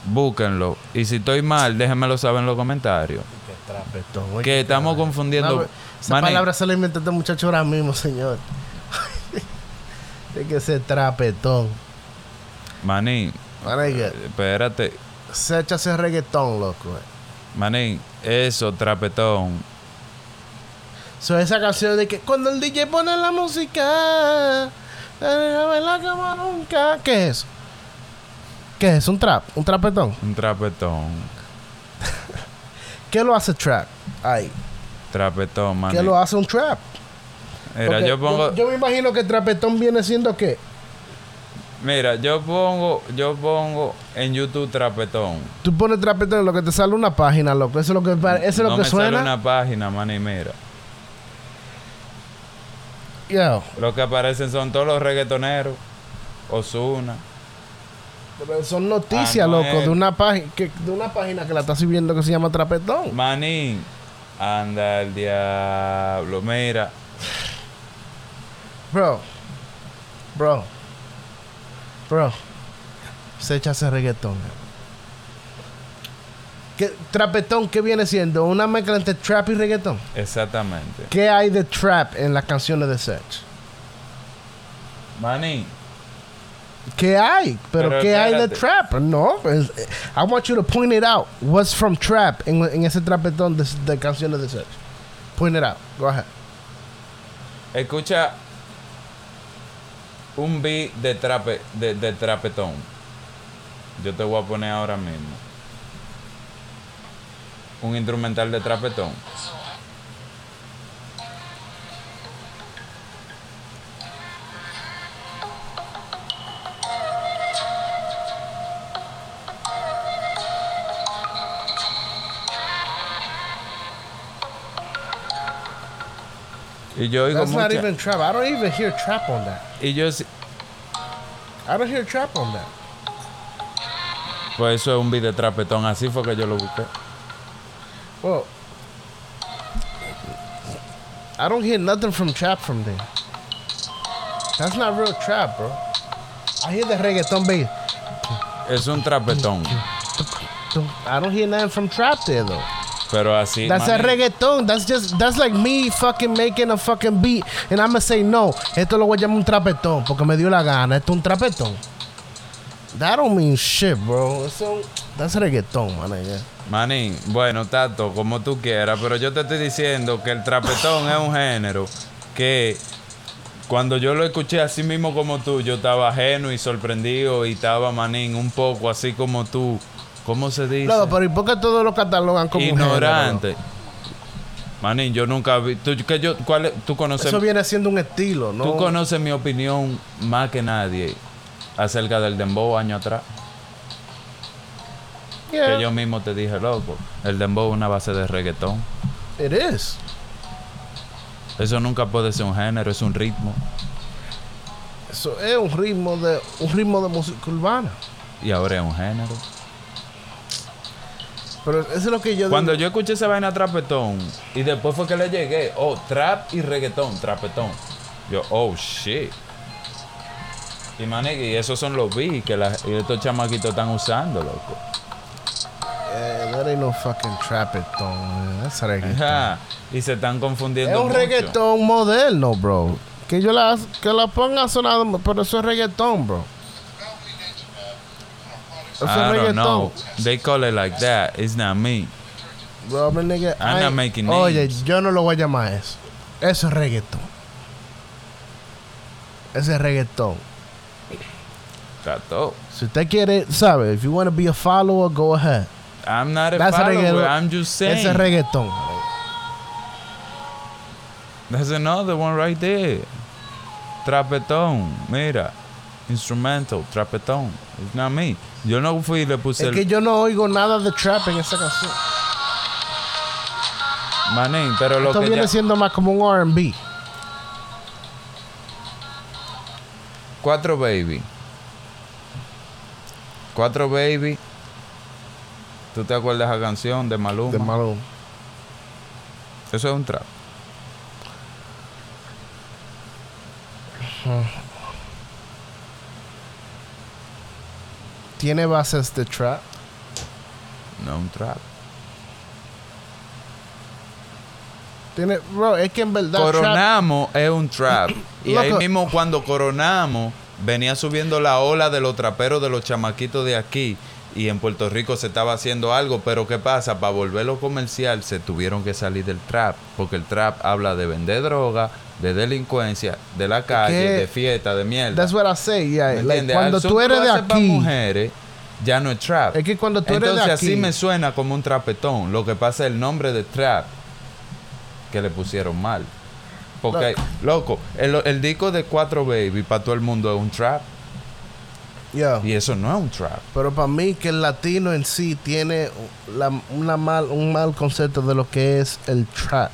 Speaker 3: Búsquenlo. Y si estoy mal, déjenmelo saber en los comentarios.
Speaker 4: Qué trapetón, oye.
Speaker 3: Que estamos
Speaker 4: Pues No, pues,
Speaker 3: confundiendo.
Speaker 4: pero esa
Speaker 3: Manín,
Speaker 4: palabra se la inventó este muchacho ahora mismo, señor. de que se trapetón.
Speaker 3: Manín,
Speaker 4: Marica,
Speaker 3: espérate.
Speaker 4: se echa ese reggaetón, loco. eh.
Speaker 3: Manín, eso, trapetón.
Speaker 4: So, esa canción de que cuando el DJ pone la música, déjame la cama nunca. ¿Qué es? ¿Qué es? ¿Un trap? ¿Un trapetón?
Speaker 3: Un trapetón.
Speaker 4: ¿Qué lo hace trap? Ahí.
Speaker 3: Trapetón,
Speaker 4: ¿Qué
Speaker 3: manín.
Speaker 4: lo hace un trap?
Speaker 3: Mira,
Speaker 4: Porque
Speaker 3: yo pongo.
Speaker 4: yo me imagino que trapetón viene siendo qué?
Speaker 3: Mira, yo pongo. Yo pongo en YouTube trapetón.
Speaker 4: Tú pones trapetón y lo que te sale una página, loco. Eso es lo que, pa- eso es
Speaker 3: no
Speaker 4: lo que
Speaker 3: me
Speaker 4: suena.
Speaker 3: sale una página, manín, mira.
Speaker 4: Yo.
Speaker 3: Lo que aparecen son todos los reggaetoneros. Osuna.
Speaker 4: Pero son noticias,
Speaker 3: Anuel.
Speaker 4: loco, de una, página que, de una página que la está subiendo que se llama Trapetón.
Speaker 3: Manín. Anda el diablo. Mira.
Speaker 4: Bro. Bro. Bro. Se echa ese reggaetón. eh. ¿Qué, trapetón, ¿qué viene siendo? ¿Una mezcla entre trap y reggaetón?
Speaker 3: Exactamente.
Speaker 4: ¿Qué hay de trap en las canciones de Sech?
Speaker 3: Manín.
Speaker 4: ¿Qué hay? ¿Pero,
Speaker 3: Pero
Speaker 4: qué hay de
Speaker 3: espérate.
Speaker 4: trap? No. es- I want you to point it out. What's from trap en, en ese trapetón de, de canciones de Sech? Point it out. Go ahead.
Speaker 3: Escucha un beat de, trape, de, de trapetón. Yo te voy a poner ahora mismo. Un instrumental de trapetón. Y yo oigo
Speaker 4: That's not
Speaker 3: mucha,
Speaker 4: even trap. I don't even hear trap on that.
Speaker 3: y yo si-
Speaker 4: I don't hear trap on that.
Speaker 3: pues eso es un beat de trapetón, así fue que yo lo busqué.
Speaker 4: Well, I don't hear nothing from trap from there. That's not real trap, bro. I hear the reggaeton bass.
Speaker 3: Es un trapetón,
Speaker 4: Don't- I don't hear nothing from trap there though.
Speaker 3: pero así
Speaker 4: That's a
Speaker 3: manín.
Speaker 4: reggaeton. That's just that's like me fucking making a fucking beat and I'ma say no. Esto lo voy a llamar un trapetón porque me dio la gana. Esto es un trapetón. That don't mean shit, bro. So that's reggaeton, man. nigga.
Speaker 3: Manín, bueno, Tato, como tú quieras, pero yo te estoy diciendo que el trapetón es un género que cuando yo lo escuché así mismo como tú, yo estaba ajeno y sorprendido y estaba, Manín, un poco así como tú. ¿Cómo se dice?
Speaker 4: Loco, pero ¿y por qué todos lo catalogan como un género,
Speaker 3: Ignorante. Manín, yo nunca vi... Tú, que yo, cuál es- tú
Speaker 4: loco?
Speaker 3: conoces,
Speaker 4: Eso viene siendo un estilo, ¿no?
Speaker 3: tú conoces mi opinión más que nadie acerca del dembow año atrás.
Speaker 4: Yeah, Eh.
Speaker 3: Que yo mismo te dije, loco, el dembow es una base de reggaetón.
Speaker 4: It is.
Speaker 3: Eso nunca puede ser un género, es un ritmo.
Speaker 4: Eso es un ritmo de un ritmo de música urbana.
Speaker 3: Y ahora es un género.
Speaker 4: Pero eso es lo que yo
Speaker 3: Cuando
Speaker 4: digo.
Speaker 3: yo escuché esa vaina trapetón y después fue que le llegué, oh, trap y reggaetón, trapetón. Yo, oh, shit. Y manegue, y esos son los beats que la- y estos chamaquitos están usando, loco.
Speaker 4: Eh, that ain't no fucking trapetón. man. That's reggaeton.
Speaker 3: Ajá. Y se están confundiendo.
Speaker 4: eh, Es un
Speaker 3: mucho.
Speaker 4: reggaetón moderno, bro. Que yo la, que la ponga sonando, pero eso es reggaetón, bro. Eso
Speaker 3: I
Speaker 4: es
Speaker 3: don't
Speaker 4: reggaetón.
Speaker 3: know. They call it like that. It's not me.
Speaker 4: Bro, my nigga,
Speaker 3: I'm not
Speaker 4: I-
Speaker 3: making
Speaker 4: Oye,
Speaker 3: names.
Speaker 4: yo no lo voy a llamar eso. Eso es reggaetón. Ese es reggaetón.
Speaker 3: Tato.
Speaker 4: Si usted quiere, sabe, if you want to be a follower, go ahead.
Speaker 3: I'm not a
Speaker 4: That's a
Speaker 3: follower.
Speaker 4: reggaeton.
Speaker 3: I'm just saying.
Speaker 4: Ese es reggaetón.
Speaker 3: There's another one right there. Trapetón. Mira. Instrumental. Trapetón. It's not me. Yo no fui y le puse
Speaker 4: Es
Speaker 3: el...
Speaker 4: que yo no oigo nada de trap en esa canción.
Speaker 3: Manín, pero lo
Speaker 4: Esto
Speaker 3: que
Speaker 4: viene
Speaker 3: ya...
Speaker 4: siendo más como un RB.
Speaker 3: Cuatro baby. Cuatro baby. ¿Tú te acuerdas de esa canción de Maluma?
Speaker 4: De Malone.
Speaker 3: Eso es un trap.
Speaker 4: Tiene bases de trap.
Speaker 3: No es un trap.
Speaker 4: Tiene, bro, es que en verdad. trap-
Speaker 3: Coronamos es un trap. Y ahí
Speaker 4: Loco.
Speaker 3: mismo cuando coronamos, venía subiendo la ola de los traperos, de los chamaquitos de aquí. Y en Puerto Rico se estaba haciendo algo, pero ¿qué pasa? Para volverlo comercial se tuvieron que salir del trap, porque el trap habla de vender droga, de delincuencia, de la calle,
Speaker 4: que-
Speaker 3: de fiesta, de mierda.
Speaker 4: That's what I say, yeah.
Speaker 3: ¿Me
Speaker 4: like,
Speaker 3: entiendes?
Speaker 4: cuando
Speaker 3: Al sur
Speaker 4: tú eres de
Speaker 3: haces pa'
Speaker 4: aquí.
Speaker 3: mujeres, ya no es trap.
Speaker 4: Es que cuando tú eres de
Speaker 3: Entonces, así
Speaker 4: aquí-
Speaker 3: me suena como un trapetón. Lo que pasa es el nombre de trap que le pusieron mal. Porque, loco, el, el disco de 4 Baby para todo el mundo es un trap.
Speaker 4: Yeah.
Speaker 3: Y eso no es un trap.
Speaker 4: Pero para mí que el latino en sí tiene la- una mal, un mal concepto de lo que es el trap.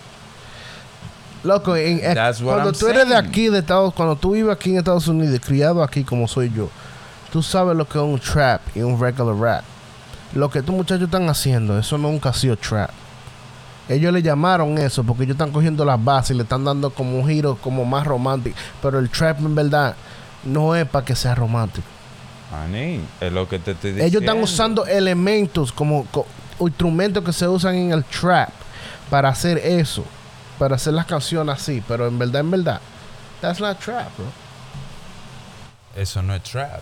Speaker 4: Loco, en- eh,
Speaker 3: That's what
Speaker 4: cuando
Speaker 3: I'm
Speaker 4: tú eres de
Speaker 3: saying.
Speaker 4: aquí, de Estados, cuando tú vives aquí en Estados Unidos, criado aquí como soy yo, tú sabes lo que es un trap y un regular rap. Lo que estos muchachos están haciendo, eso nunca ha sido trap. Ellos le llamaron eso porque ellos están cogiendo las bases y le están dando como un giro como más romántico. Pero el trap en verdad no es para que sea romántico.
Speaker 3: Maní, es lo que te estoy diciendo.
Speaker 4: Ellos están usando elementos como co- instrumentos que se usan en el trap para hacer eso, para hacer las canciones así, pero en verdad, en verdad, that's not trap, bro.
Speaker 3: Eso no es trap.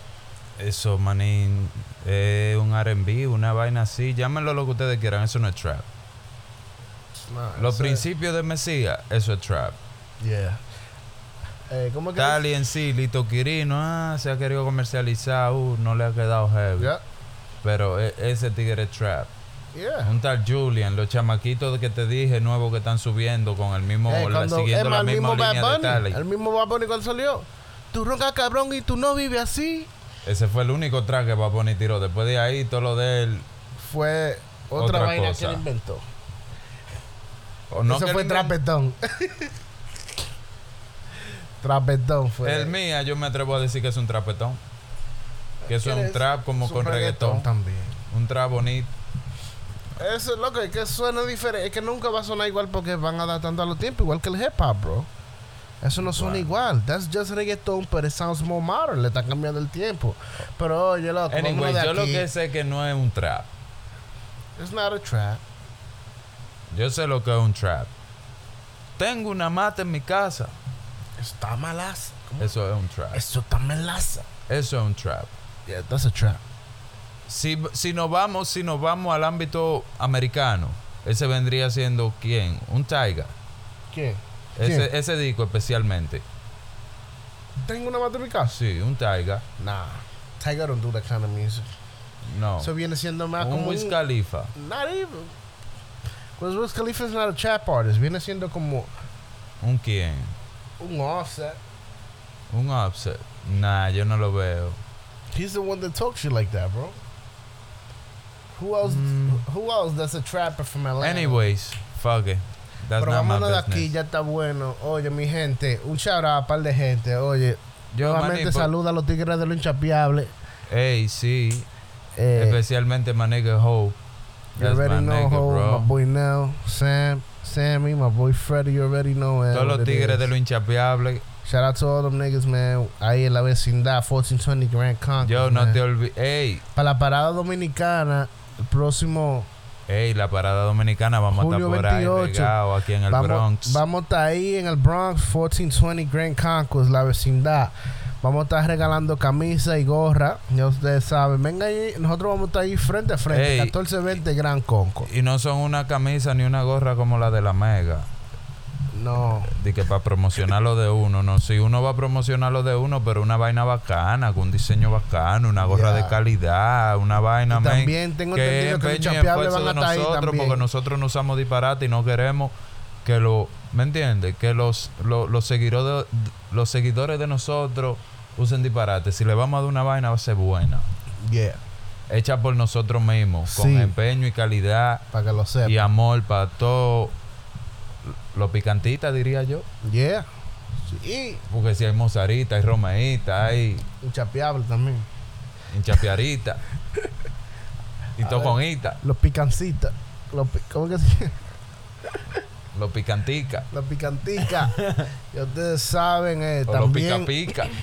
Speaker 3: Eso, manín, es un RB, una vaina así. Llámenlo lo que ustedes quieran. Eso no es trap. Los principios de Mesías, eso es trap.
Speaker 4: Yeah. Eh, ¿Cómo es que?
Speaker 3: Tal y en sí, Lito Quirino, ah, se ha querido comercializar, uh, no le ha quedado heavy.
Speaker 4: Yeah.
Speaker 3: Pero e- ese tigre es trap.
Speaker 4: Yeah.
Speaker 3: Un tal Julian, los chamaquitos que te dije nuevos que están subiendo con el mismo,
Speaker 4: Eh,
Speaker 3: la-
Speaker 4: cuando-
Speaker 3: siguiendo
Speaker 4: Emma,
Speaker 3: la
Speaker 4: el
Speaker 3: misma
Speaker 4: mismo
Speaker 3: línea
Speaker 4: Bad
Speaker 3: de Tali.
Speaker 4: Bunny, el mismo Bad Bunny cuando salió. Tú roncas cabrón y tú no vives así.
Speaker 3: Ese fue el único track que va a poner tiro. Después de ahí, todo lo de él.
Speaker 4: Fue otra,
Speaker 3: Otra
Speaker 4: vaina
Speaker 3: cosa.
Speaker 4: que él inventó.
Speaker 3: o no
Speaker 4: Eso
Speaker 3: que
Speaker 4: fue
Speaker 3: él-
Speaker 4: trapetón. trapetón fue.
Speaker 3: El mía, yo me atrevo a decir que es un trapetón. Que eso es un
Speaker 4: ¿Quieres?
Speaker 3: trap como
Speaker 4: Es un
Speaker 3: con reggaetón.
Speaker 4: también.
Speaker 3: Un trap bonito.
Speaker 4: Eso es loco, es que suena diferente. Es que nunca va a sonar igual porque van a dar tanto a los tiempos, igual que el hip hop, bro. Eso no suena igual. That's just reggaeton, but it sounds more modern. Le están cambiando el tiempo. Pero oye, loco,
Speaker 3: Anyway,
Speaker 4: vámonos
Speaker 3: yo
Speaker 4: de
Speaker 3: lo
Speaker 4: aquí.
Speaker 3: que sé es que no es un trap.
Speaker 4: It's not a trap.
Speaker 3: Yo sé lo que es un trap. Tengo una mata en mi casa.
Speaker 4: Está malaza. ¿Cómo?
Speaker 3: Eso es un trap.
Speaker 4: Eso está melaza.
Speaker 3: Eso es un trap.
Speaker 4: Yeah, that's a trap.
Speaker 3: Si, si nos vamos, si nos vamos al ámbito americano, ese vendría siendo quién? Un Tiger.
Speaker 4: ¿Qué?
Speaker 3: Ese, ese disco especialmente.
Speaker 4: ¿Tengo una matemática?
Speaker 3: Sí, un Tiger.
Speaker 4: Nah. Tiger don't do that kind of music.
Speaker 3: No.
Speaker 4: Eso viene siendo más
Speaker 3: un
Speaker 4: como
Speaker 3: Wiz
Speaker 4: un-
Speaker 3: Khalifa.
Speaker 4: Not even. Pues Wiz Khalifa is not a trap artist. Viene siendo como
Speaker 3: Un quién.
Speaker 4: un offset.
Speaker 3: Un Offset. Nah, yo no lo veo.
Speaker 4: He's the one that talks shit like that, bro. Who else?
Speaker 3: Mm.
Speaker 4: Who else? That's a trapper from Atlanta.
Speaker 3: Anyways, fuck it. That's
Speaker 4: Pero
Speaker 3: not my
Speaker 4: vámonos de aquí,
Speaker 3: business.
Speaker 4: ya está bueno. Oye, mi gente, un shout out a par de gente. Oye,
Speaker 3: Yo,
Speaker 4: nuevamente
Speaker 3: maní, por-
Speaker 4: saluda a los tigres de lo inchapeable.
Speaker 3: Ey, sí.
Speaker 4: Eh,
Speaker 3: Especialmente my nigga Hope.
Speaker 4: you
Speaker 3: That's my
Speaker 4: already know,
Speaker 3: nigga,
Speaker 4: ho,
Speaker 3: bro.
Speaker 4: my boy Nell, Sam, Sammy, my boy Freddy. You already know. eh,
Speaker 3: Todos
Speaker 4: what
Speaker 3: los
Speaker 4: it
Speaker 3: tigres
Speaker 4: is.
Speaker 3: de lo inchapeable.
Speaker 4: Shout out to all them niggas, man. Ahí en la vecindad, 1420 Grand Concourse.
Speaker 3: Yo no
Speaker 4: man.
Speaker 3: te olvides. Ey,
Speaker 4: Para la parada dominicana, el próximo
Speaker 3: ey, la parada dominicana vamos
Speaker 4: Julio
Speaker 3: a estar por
Speaker 4: 28.
Speaker 3: ahí pegado aquí en el
Speaker 4: vamos,
Speaker 3: Bronx.
Speaker 4: Vamos a estar ahí en el Bronx, 1420 Grand Concourse, la vecindad. Vamos a estar regalando camisa y gorra. Ya ustedes saben. Venga ahí, nosotros vamos a estar ahí frente a frente,
Speaker 3: Ey.
Speaker 4: 1420 Grand Concourse.
Speaker 3: Y no son una camisa ni una gorra como la de la Mega.
Speaker 4: No.
Speaker 9: De que para promocionar lo de uno, no. Si uno va a promocionar lo de uno, pero una vaina bacana, con un diseño bacano, una gorra
Speaker 4: Ya.
Speaker 9: de calidad, una vaina.
Speaker 4: Y
Speaker 9: men,
Speaker 4: también tengo entendido que los
Speaker 9: empeño y
Speaker 4: chapeables
Speaker 9: esfuerzo
Speaker 4: van
Speaker 9: de
Speaker 4: hasta ahí
Speaker 9: nosotros,
Speaker 4: también.
Speaker 9: porque nosotros no usamos disparate y no queremos que lo. ¿Me entiendes? Que los, lo- los, seguidores, los seguidores de nosotros usen disparate. Si le vamos a dar una vaina, va a ser buena.
Speaker 4: Yeah.
Speaker 9: Hecha por nosotros mismos, con
Speaker 4: Sí.
Speaker 9: empeño y calidad
Speaker 4: Para que lo sepa.
Speaker 9: y
Speaker 4: Yeah.
Speaker 9: amor para todo lo picantita, diría yo.
Speaker 4: Sí.
Speaker 9: Porque si hay mozarita, hay romeíta, hay
Speaker 4: Y un chapeable también.
Speaker 9: hinchapiarita. y toconita,
Speaker 4: Los picancitas. Los pi- ¿Cómo que se llama?
Speaker 9: los picantica,
Speaker 4: Los picanticas. ya ustedes saben, eh,
Speaker 9: o
Speaker 4: también.
Speaker 9: los pica pica.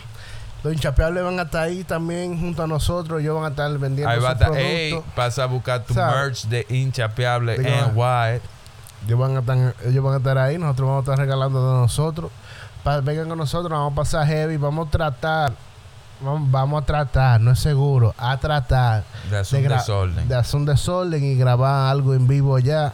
Speaker 4: Los hinchapeables van hasta ahí también junto a nosotros. Ellos van a estar vendiendo
Speaker 9: Ahí
Speaker 4: sus
Speaker 9: va a estar,
Speaker 4: productos.
Speaker 9: ey, pasa a buscar tu
Speaker 4: ¿Sabe?
Speaker 9: merch de hinchapeable
Speaker 4: Diga,
Speaker 9: NY.
Speaker 4: Ellos van, a estar, ellos van a estar ahí, nosotros vamos a estar regalando de nosotros. Pa- vengan con nosotros, nos vamos a pasar heavy, vamos a tratar, vamos, vamos a tratar, no es seguro, a tratar
Speaker 9: De hacer un
Speaker 4: gra-
Speaker 9: desorden.
Speaker 4: de hacer un desorden y grabar algo en vivo allá.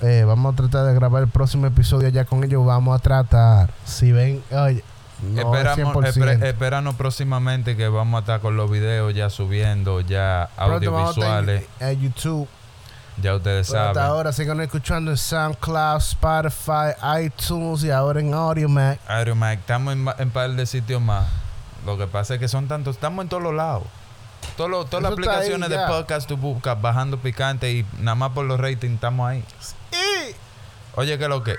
Speaker 4: Eh, vamos a tratar de grabar el próximo episodio allá con ellos, vamos a tratar. Si ven, oye, no es
Speaker 9: Esperamos,
Speaker 4: 100%.
Speaker 9: eh, espera- esperanos próximamente que vamos a estar con los videos ya subiendo, ya
Speaker 4: Pronto vamos a estar en-
Speaker 9: audiovisuales.
Speaker 4: en YouTube.
Speaker 9: Ya ustedes
Speaker 4: Pero hasta
Speaker 9: saben.
Speaker 4: ahora sigan escuchando en SoundCloud, Spotify, iTunes y ahora en Audio Mac.
Speaker 9: Iron Mike, estamos en, ma- en par de sitios más. Lo que pasa es que son tantos, estamos en todos los lados. Todos los- todas las
Speaker 4: Eso está ahí
Speaker 9: aplicaciones
Speaker 4: ya.
Speaker 9: de podcast tú buscas bajando picante y nada más por los ratings estamos ahí. Oye, ¿qué lo que?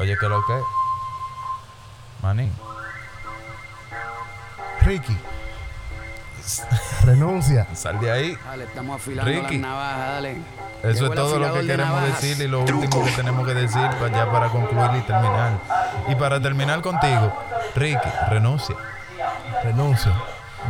Speaker 9: Oye, ¿qué lo que? Manín.
Speaker 4: Ricky. Renuncia.
Speaker 9: Sal de ahí.
Speaker 10: Dale, estamos afilando
Speaker 9: Ricky.
Speaker 10: las navajas, dale.
Speaker 9: Eso
Speaker 10: Llegó
Speaker 9: es todo
Speaker 10: el
Speaker 9: lo
Speaker 10: afilador
Speaker 9: que
Speaker 10: de
Speaker 9: queremos
Speaker 10: navajas.
Speaker 9: decir y lo último que tenemos que decir para ya para concluir y terminar. Y para terminar contigo, Ricky, renuncia.
Speaker 4: Renuncio.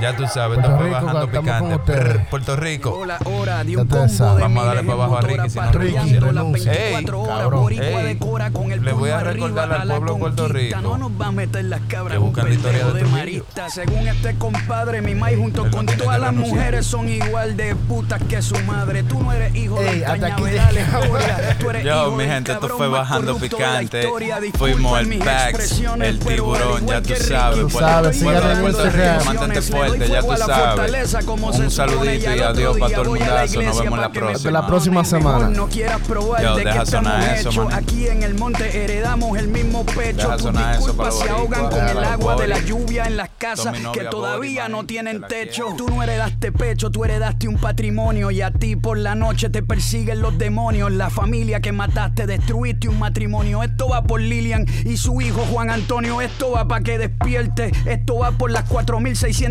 Speaker 9: Ya tú sabes,
Speaker 4: Puerto
Speaker 9: estamos
Speaker 4: Rico,
Speaker 9: bajando
Speaker 4: estamos
Speaker 9: picante.
Speaker 4: con ustedes.
Speaker 9: Brr, Puerto Rico.
Speaker 10: Llegó la hora de
Speaker 4: Ya
Speaker 10: un
Speaker 4: ustedes
Speaker 10: combo
Speaker 4: saben.
Speaker 10: de
Speaker 9: Vamos a darle
Speaker 10: miles
Speaker 9: para abajo a
Speaker 10: en
Speaker 9: Ricky,
Speaker 10: motora,
Speaker 9: si no nos
Speaker 10: patrullando
Speaker 4: renuncia.
Speaker 10: las
Speaker 4: Ey,
Speaker 10: 24 horas,
Speaker 4: cabrón,
Speaker 10: boricua
Speaker 9: ey.
Speaker 10: de cora con el
Speaker 9: Le voy a
Speaker 10: pulmón
Speaker 9: recordar al
Speaker 10: arriba, a la
Speaker 9: pueblo
Speaker 10: conquista.
Speaker 9: puertorriqueño
Speaker 10: No nos va a meter las cabras
Speaker 9: que
Speaker 10: un
Speaker 9: buscan la historia
Speaker 10: pendejo
Speaker 9: de
Speaker 10: de
Speaker 9: Trujillo.
Speaker 10: marista. Según este compadre, mi mai junto
Speaker 9: Él no
Speaker 10: con
Speaker 9: tiene que
Speaker 10: todas las
Speaker 9: renunciar.
Speaker 10: mujeres son igual de putas que su madre. Tú no eres hijo
Speaker 4: Ey,
Speaker 10: de
Speaker 4: hasta aquí
Speaker 10: cañaverales,
Speaker 4: llegamos.
Speaker 10: abuela. Tú eres
Speaker 9: Yo,
Speaker 10: hijo
Speaker 9: mi
Speaker 10: del
Speaker 9: gente, esto
Speaker 10: cabrón
Speaker 9: fue
Speaker 10: más
Speaker 9: Bajando
Speaker 10: corrupto de la
Speaker 9: Picante.
Speaker 10: historia.
Speaker 9: Fuimos el
Speaker 10: Disculpen mis
Speaker 9: Pax,
Speaker 10: expresiones,
Speaker 9: el
Speaker 10: pero al
Speaker 9: tiburón,
Speaker 10: igual
Speaker 9: ya
Speaker 10: que
Speaker 9: tú
Speaker 10: Ricky,
Speaker 9: sabes,
Speaker 10: yo
Speaker 4: Tú sabes,
Speaker 10: estoy
Speaker 4: sigan
Speaker 10: dando
Speaker 4: en Puerto Rico,
Speaker 10: expresiones.
Speaker 9: mantente
Speaker 10: Le doy
Speaker 9: fuerte, ya
Speaker 10: fuego
Speaker 9: tú
Speaker 10: a la
Speaker 9: sabes.
Speaker 10: fortaleza como
Speaker 9: Un
Speaker 10: se supone,
Speaker 9: saludito
Speaker 10: al
Speaker 9: y
Speaker 10: otro
Speaker 9: adiós
Speaker 10: día
Speaker 9: pa' todo el
Speaker 10: voy a la
Speaker 9: mundazo, nos
Speaker 10: iglesia
Speaker 9: vemos
Speaker 10: pa'
Speaker 9: la
Speaker 10: que me
Speaker 9: próxima.
Speaker 4: La próxima
Speaker 10: perdonen, mejor
Speaker 4: semana.
Speaker 10: No quieras probar
Speaker 9: Yo,
Speaker 10: de
Speaker 9: deja
Speaker 10: que estamos
Speaker 9: sonar eso,
Speaker 10: hechos.
Speaker 9: maní.
Speaker 10: Aquí en el monte heredamos el mismo pecho.
Speaker 9: Deja
Speaker 10: Tus
Speaker 9: sonar eso pa'
Speaker 10: disculpas
Speaker 9: los
Speaker 10: se ahogan
Speaker 9: boricuas,
Speaker 10: con el
Speaker 9: pa' los
Speaker 10: agua de la
Speaker 9: boris.
Speaker 10: lluvia en las
Speaker 9: Son
Speaker 10: casas
Speaker 9: mi
Speaker 10: que
Speaker 9: novia,
Speaker 10: todavía
Speaker 9: bori,
Speaker 10: no
Speaker 9: maní,
Speaker 10: tienen
Speaker 9: te la
Speaker 10: techo.
Speaker 9: quiero.
Speaker 10: Tú no heredaste pecho, tú heredaste un patrimonio y a ti por la noche te persiguen los demonios. La familia que mataste, destruiste un matrimonio. Esto va por Lilian y su hijo Juan Antonio. Esto va para que despierte. Esto va por las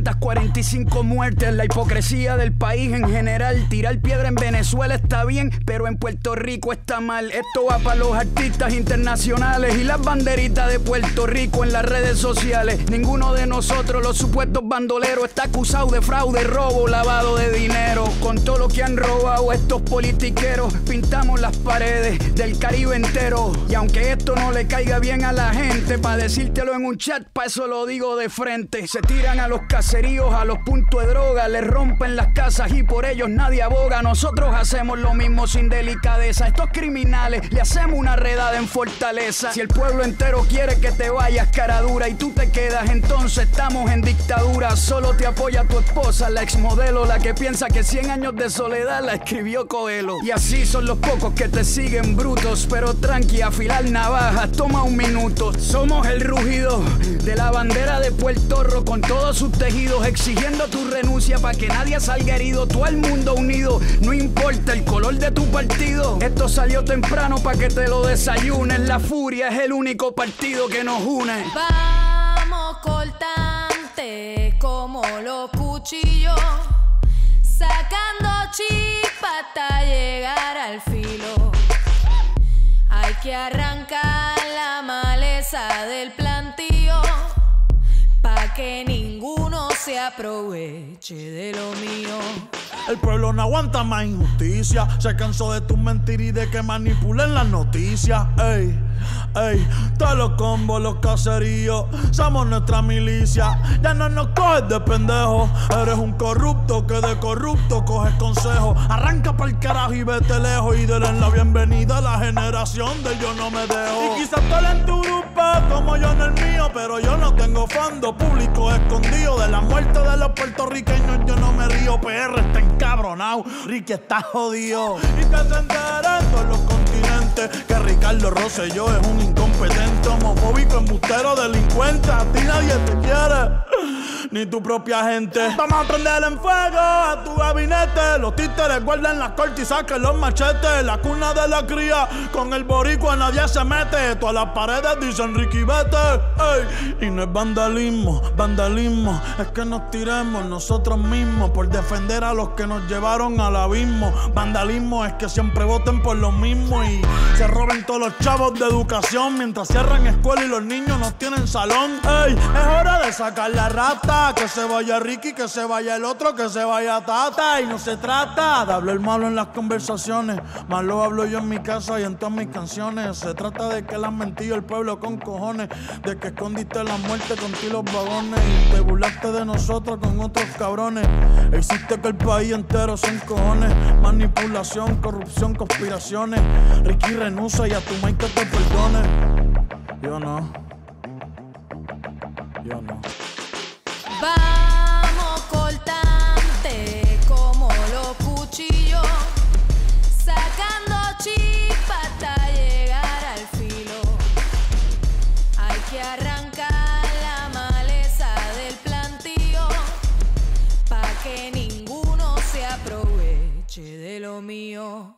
Speaker 10: 4.645 muertes. La hipocresía del país en general. Tirar piedra en Venezuela está bien, pero en Puerto Rico está mal. Esto va para los artistas internacionales y las banderitas de Puerto Rico en las redes sociales. Ninguno de nosotros, los supuestos bandoleros, está acusado de fraude, robo, lavado de dinero. Con todo lo que han robado estos politiqueros, pintamos las paredes del Caribe entero. Y aunque esto no le caiga bien a la gente, para decírtelo en un chat, para eso lo digo de frente. Se tiran a los caseríos, a los puntos de droga, les rompen las casas y por ellos nadie aboga. Nosotros hacemos lo mismo sin delicadeza. Estos criminales le hacemos una redada en fortaleza. Si el pueblo entero quiere que te vayas cara dura y tú te quedas, entonces estamos en dictadura. Solo te apoya tu esposa, la exmodelo, la que piensa que 100 años de soledad la escribió Coelho. Y así son los pocos que te siguen brutos, pero tranqui, afilar navajas, toma un minuto. Somos el rugido de la bandera de Puerto Rico con todos sus tejidos, exigiendo tu renuncia para que nadie salga herido, todo el mundo unido, no importa el color de tu partido. Esto salió temprano para que te lo desayunes, la furia es el único partido que nos une.
Speaker 11: Vamos cortante como los cuchillos, sacando chispa hasta llegar al filo. Hay que arrancar la maleza del plantío pa que ninguno se aproveche de lo mío.
Speaker 1: El pueblo no aguanta más injusticia. Se cansó de tus mentiras y de que manipulen las noticias. Ey, ey. Todos los combos, los caseríos, somos nuestra milicia. Ya no nos coges de pendejo. Eres un corrupto que de corrupto coges consejo. Arranca pa'l carajo y vete lejos. Y denle la bienvenida a la generación del yo no me dejo. Y quizás tú eres en tu grupo como yo en el mío. Pero yo no tengo fondo público escondido. De la muerte de los puertorriqueños yo no me río. PR está encabronado. Ricky está jodido. Y te enteras todos los continentes que Ricardo Rosselló es un incompetente, homofóbico, embustero, delincuente. A ti nadie te quiere, ni tu propia gente. Vamos a prender en fuego a tu gabinete. Los títeres guardan las cortes y sacan los machetes. La cuna de la cría, con el boricua nadie se mete. Todas las paredes dicen Ricky vete. Ey. Y no es vandalismo, vandalismo. Es que nos tiremos nosotros mismos por defender a los que nos llevaron al abismo. Vandalismo es que siempre voten por lo mismo y se roben todos los chavos de educación mientras cierran escuela y los niños no tienen salón. Ey, es hora de sacar la rata, que se vaya Ricky, que se vaya el otro, que se vaya Tata. Y no se trata de hablar malo en las conversaciones, malo hablo yo en mi casa y en todas mis canciones. Se trata de que le han mentido el pueblo con cojones, de que escondiste la muerte con ti los vagones y te burlaste de nosotros con otros cabrones. Existe que el país entero son cojones, manipulación, corrupción, conspiraciones. Ricky renuncia y a tu maíz que te perdone. Yo no. Yo no.
Speaker 11: Vamos cortante como los cuchillos, sacando chispa hasta llegar al filo. Hay que arrancar la maleza del plantío pa que ninguno se aproveche de lo mío.